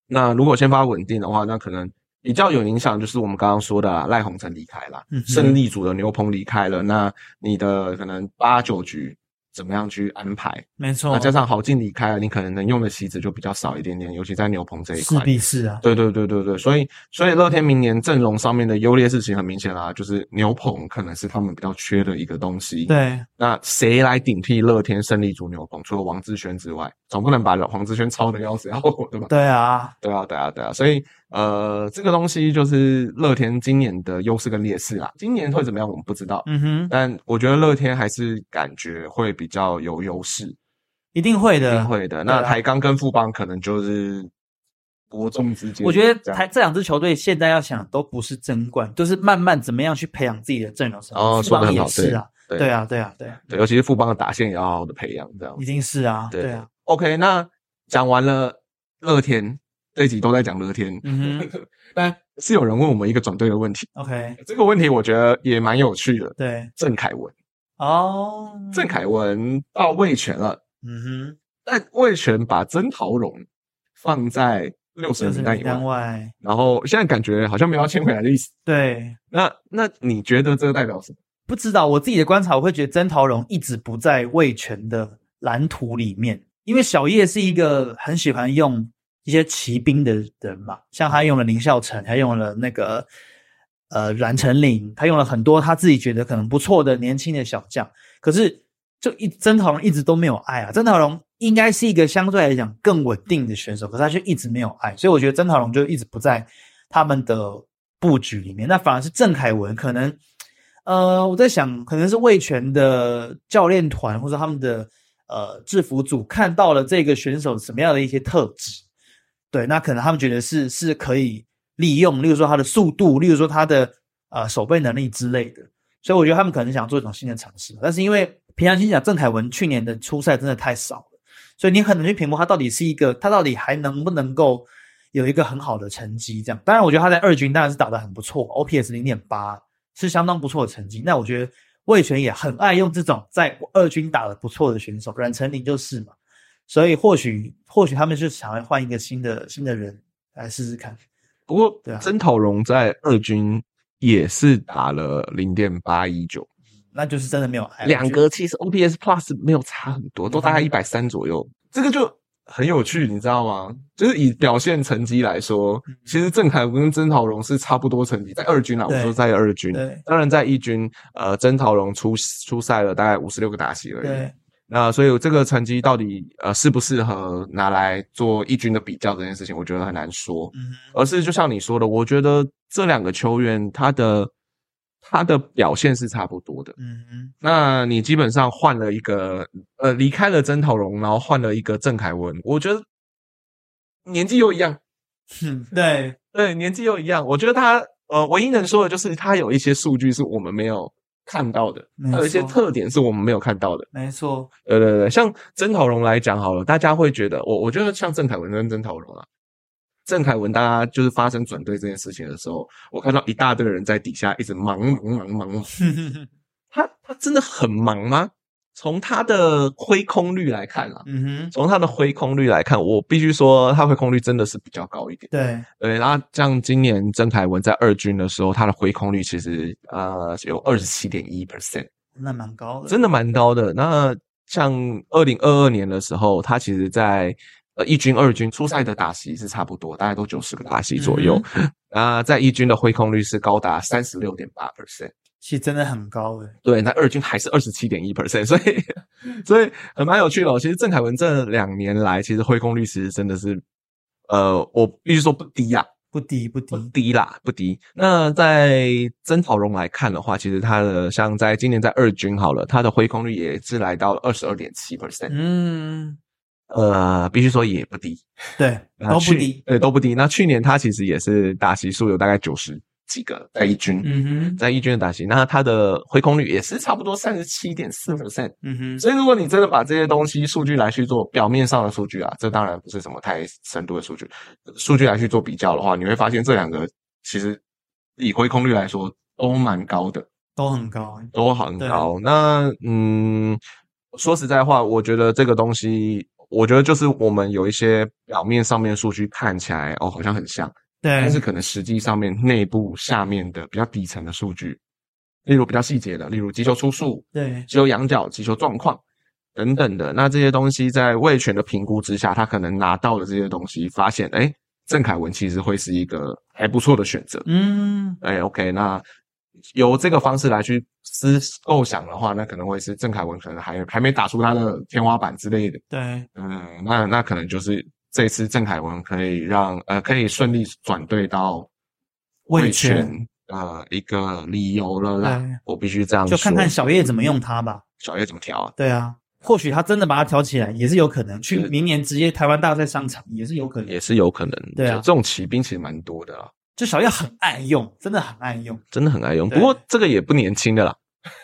A: 那如果先发稳定的话，那可能比较有影响，就是我们刚刚说的啊赖鸿成离开了，
B: 嗯哼
A: 胜利组的牛棚离开了，那你的可能八九局怎么样去安排？
B: 没错
A: 那，加上郝进离开了，你可能能用的棋子就比较少一点点，尤其在牛棚这一
D: 势
A: 块。
D: 必是啊，
A: 对对对对对，所以所以乐天明年阵容上面的优劣势情很明显啦、就是牛棚可能是他们比较缺的一个东西。
B: 对
A: 那谁来顶替乐天胜利组牛棚？除了王志轩之外，总不能把黄志轩操的要死要活的吧？
B: 对啊，
A: 对啊，对啊，对啊，所以呃，这个东西就是乐天今年的优势跟劣势啦。今年会怎么样，我们不知道，
B: 嗯哼，
A: 但我觉得乐天还是感觉会比较有优势，一
B: 一定会的，
A: 定会的。
B: 对啊
A: 那台钢跟富邦可能就是伯仲之间。
B: 我觉
A: 这
B: 得
A: 样
B: 台这两支球队现在要想都不是争冠，就是慢慢怎么样去培养自己的阵容。
A: 哦
B: 富
A: 说
B: 邦
A: 得很好
B: 也是啊，
A: 对
B: 对啊，对啊，对啊，
A: 对，尤其是富邦的打线也要好好的培养，这样
B: 一。定是啊，
A: 对
B: 对啊，
A: OK，那讲完了乐天，这一集都在讲乐天，
B: 嗯哼
A: 但是有人问我们一个转队的问题，
B: ，OK，
A: 这个问题我觉得也蛮有趣的。
B: 对，
A: 郑凯文，
B: 哦，
A: 郑凯文到魏权了。
B: 嗯哼，
A: 但魏权把曾陶荣放在六十
B: 就
A: 人
B: 是
A: 名单以
B: 单
A: 外，
B: 外，
A: 然后现在感觉好像没有要签回来的意思。
B: 对，
A: 那那你觉得这个代表什么？
B: 不知道我自己的观察，我会觉得曾陶荣一直不在魏权的蓝图里面，因为小叶是一个很喜欢用一些骑兵的人嘛，像他用了林孝成，他用了那个呃阮成林，他用了很多他自己觉得可能不错的年轻的小将，可是就一曾陶龙一直都没有爱啊，曾陶龙应该是一个相对来讲更稳定的选手，可是他却一直没有爱，所以我觉得曾陶龙就一直不在他们的布局里面，那反而是郑凯文可能。呃，我在想，可能是魏权的教练团或者他们的呃制服组看到了这个选手什么样的一些特质，对，那可能他们觉得是是可以利用，例如说他的速度，例如说他的呃守备能力之类的，所以我觉得他们可能想做一种新的尝试，但是因为平常心讲，郑凯文去年的初赛真的太少了，所以你很难去评估他到底是一个，他到底还能不能够有一个很好的成绩这样。当然，我觉得他在二军当然是打得很不错，OPS 零点八。是相当不错的成绩。那我觉得魏权也很爱用这种在二军打得不错的选手，阮成林就是嘛。所以或许或许他们就想要换一个新的新的人来试试看。
A: 不过
B: 对啊
A: 曾讨荣在二军也是打了零点八一九，
B: 那就是真的没有爱
A: 两
B: 我觉
A: 个其实 OPS Plus 没有差很多，都大概一百三左右。这个就很有趣，你知道吗？就是以表现成绩来说，其实郑凯文跟曾陶荣是差不多成绩，在二军啊啦，我
B: 对
A: 说在二军。
B: 得对
A: 当然，在一军，呃，曾陶荣出出赛了大概五十六个打席而已。
B: 对
A: 那所以这个成绩到底呃适不适合拿来做一军的比较这件事情，我觉得很难说。
B: 嗯
A: 而是就像你说的，我觉得这两个球员他的他的表现是差不多的。
B: 嗯
A: 那你基本上换了一个呃，离开了曾陶荣，然后换了一个郑凯文，我觉得年纪又一样，
B: 哼对
A: 对，年纪又一样。我觉得他呃，唯一能说的就是他有一些数据是我们没有看到的，
B: 嗯没
A: 他有一些
B: 错
A: 特点是我们没有看到的。
B: 没错
A: 对对对，像曾陶荣来讲好了，大家会觉得我，我觉得像郑凯文跟曾陶荣啊，郑凯文大家就是发生转队这件事情的时候，我看到一大堆人在底下一直忙忙忙忙忙，他他真的很忙吗？从他的挥空率来看啊，
B: 嗯 哼
A: 从他的挥空率来看，我必须说他挥空率真的是比较高一点。
B: 对
A: 对，然后像今年曾凯文在二军的时候，他的挥空率其实呃有二十七点一 percent。
B: 那蛮高的
A: 真的蛮高的。那像二零二二年的时候，他其实在呃一军、二军初赛的打席是差不多，大概都九十个打席左右。 那、在一军的挥空率是高达三十六点八 percent，
B: 其实真的很高诶、
A: 对，那二军还是二十七点一 percent，所以所以很蛮有趣的、哦。其实郑凯文这两年来，其实挥空率其实真的是。呃，我必须说不低啦，
B: 不低不低
A: 不低啦，不低。那在曾草荣来看的话，其实他的像在今年在二军好了，他的挥空率也是来到了二十二点七 percent，
B: 嗯
A: 呃，必须说也不低，
B: 对
A: 那
B: 都不
A: 啊去
B: 低
A: 对，都不低。那去年他其实也是打席数有大概九十几个在一军，
B: 嗯哼
A: 在一军的打席，那他的挥空率也是差不多三十七点四 percent。
B: 嗯哼
A: 所以如果你真的把这些东西数据来去做表面上的数据啊，这当然不是什么太深度的数据，数据来去做比较的话，你会发现这两个其实以回空率来说都蛮高的，
B: 都很高诶、
A: 都很高。那嗯，说实在话，我觉得这个东西，我觉得就是我们有一些表面上面的数据看起来哦好像很像，但是
B: 对
A: 可能实际上面内部下面的比较底层的数据，例如比较细节的，例如击球出数，
B: 对
A: 击球仰角、击球状况等等的。那这些东西在魏权的评估之下，他可能拿到的这些东西，发现哎，诶郑凯文其实会是一个还不错的选择。
B: 嗯
A: 哎，OK，那由这个方式来去思构想的话，那可能会是郑凯文可能还还没打出他的天花板之类的。
B: 对
A: 嗯，那那可能就是这次郑凯文可以让呃可以顺利转队到
B: 魏权
A: 呃一个理由了啦
B: 对。
A: 我必须这样
B: 就
A: 说，嗯
B: 看看小叶怎么用它吧。
A: 小叶怎么调啊。
B: 对啊，或许他真的把它挑起来也是有可能，去明年直接台湾大赛上场也是有可能
A: 也。是有可能。
B: 对啊
A: 这种骑兵其实蛮多的啊，
B: 就小叶很爱用，真的很爱用。
A: 真的很爱用。
B: 对
A: 不过这个也不年轻的啦，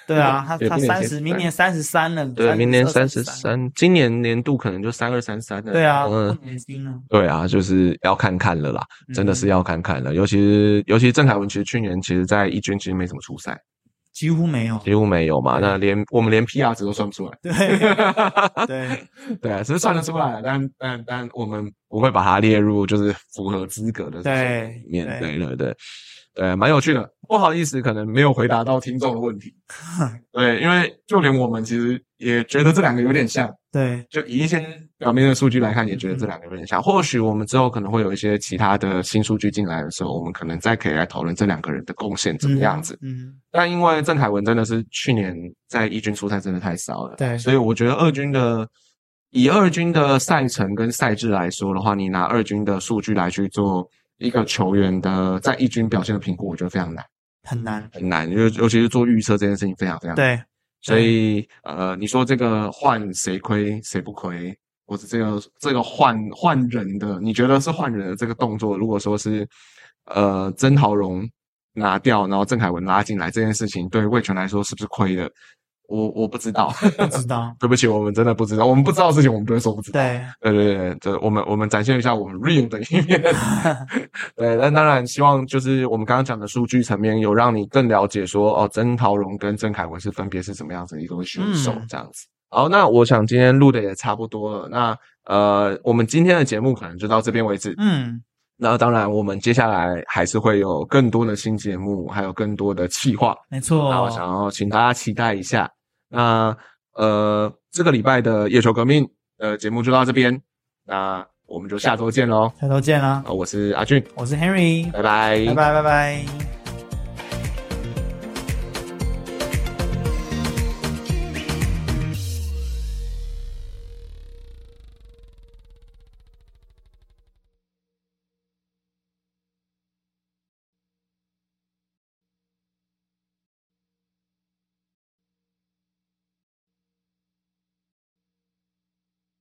B: 对啊，他
A: 也不
B: 他
A: 年
B: 三
A: 轻
B: 十，明年三十三了。
A: 对，啊
B: 32
A: 明年三十
B: 33。
A: 三，今年年度可能就三二三三了。
B: 对啊，
A: 嗯
B: 不，年轻啊，
A: 对啊，就是要看看了啦，
B: 嗯
A: 真的是要看看了。尤其是尤其是郑凯文，其实去年其实在一军其实没怎么出赛，
B: 几乎没有。
A: 几乎没有嘛。那连我们连 PR 值都算不出来。
B: 对 对
A: 对啊，只是算得出来，但但但我们不会把它列入就是符合资格的
B: 对
A: 里面。
B: 对
A: 对对对，呃，蛮有趣的。不好意思，可能没有回答到听众的问题。对，因为就连我们其实也觉得这两个有点像，
D: 对，
A: 就以一些表面的数据来看，也觉得这两个有点像。或许我们之后可能会有一些其他的新数据进来的时候，我们可能再可以来讨论这两个人的贡献怎么样子。
D: 嗯，
A: 但因为郑凯文真的是去年在一军出赛真的太少了，
D: 对
A: 所以我觉得二军的以二军的赛程跟赛制来说的话，你拿二军的数据来去做一个球员的在一军表现的评估，我觉得非常难，
D: 很难，
A: 很难，尤尤其是做预测这件事情非常非常难。
D: 对，
A: 所以呃，你说这个换谁亏谁不亏，或者这个这个换换人的，你觉得是换人的这个动作，如果说是呃曾豪荣拿掉，然后郑凯文拉进来这件事情，对魏权来说是不是亏的？我我不知道，
D: 不知道，
A: 对不起，我们真的不知道，我们不知道的事情，我们不会说不知道。
D: 对，
A: 对对对，这我们我们展现一下我们 real 的一 面。对，那当然希望就是我们刚刚讲的数据层面，有让你更了解说哦，曾陶荣跟曾凯文是分别是怎么样子的一个选手、
D: 嗯
A: 这样子。好，那我想今天录的也差不多了，那呃，我们今天的节目可能就到这边为止。
D: 嗯，
A: 那当然，我们接下来还是会有更多的新节目，还有更多的企划。
D: 没错，
A: 那我想要请大家期待一下。那呃，这个礼拜的夜球革命的节目就到这边，那我们就下周见喽。
D: 下周见啦，
A: 啊，我是阿俊，
D: 我是 Henry，
A: 拜拜，
D: 拜拜拜拜。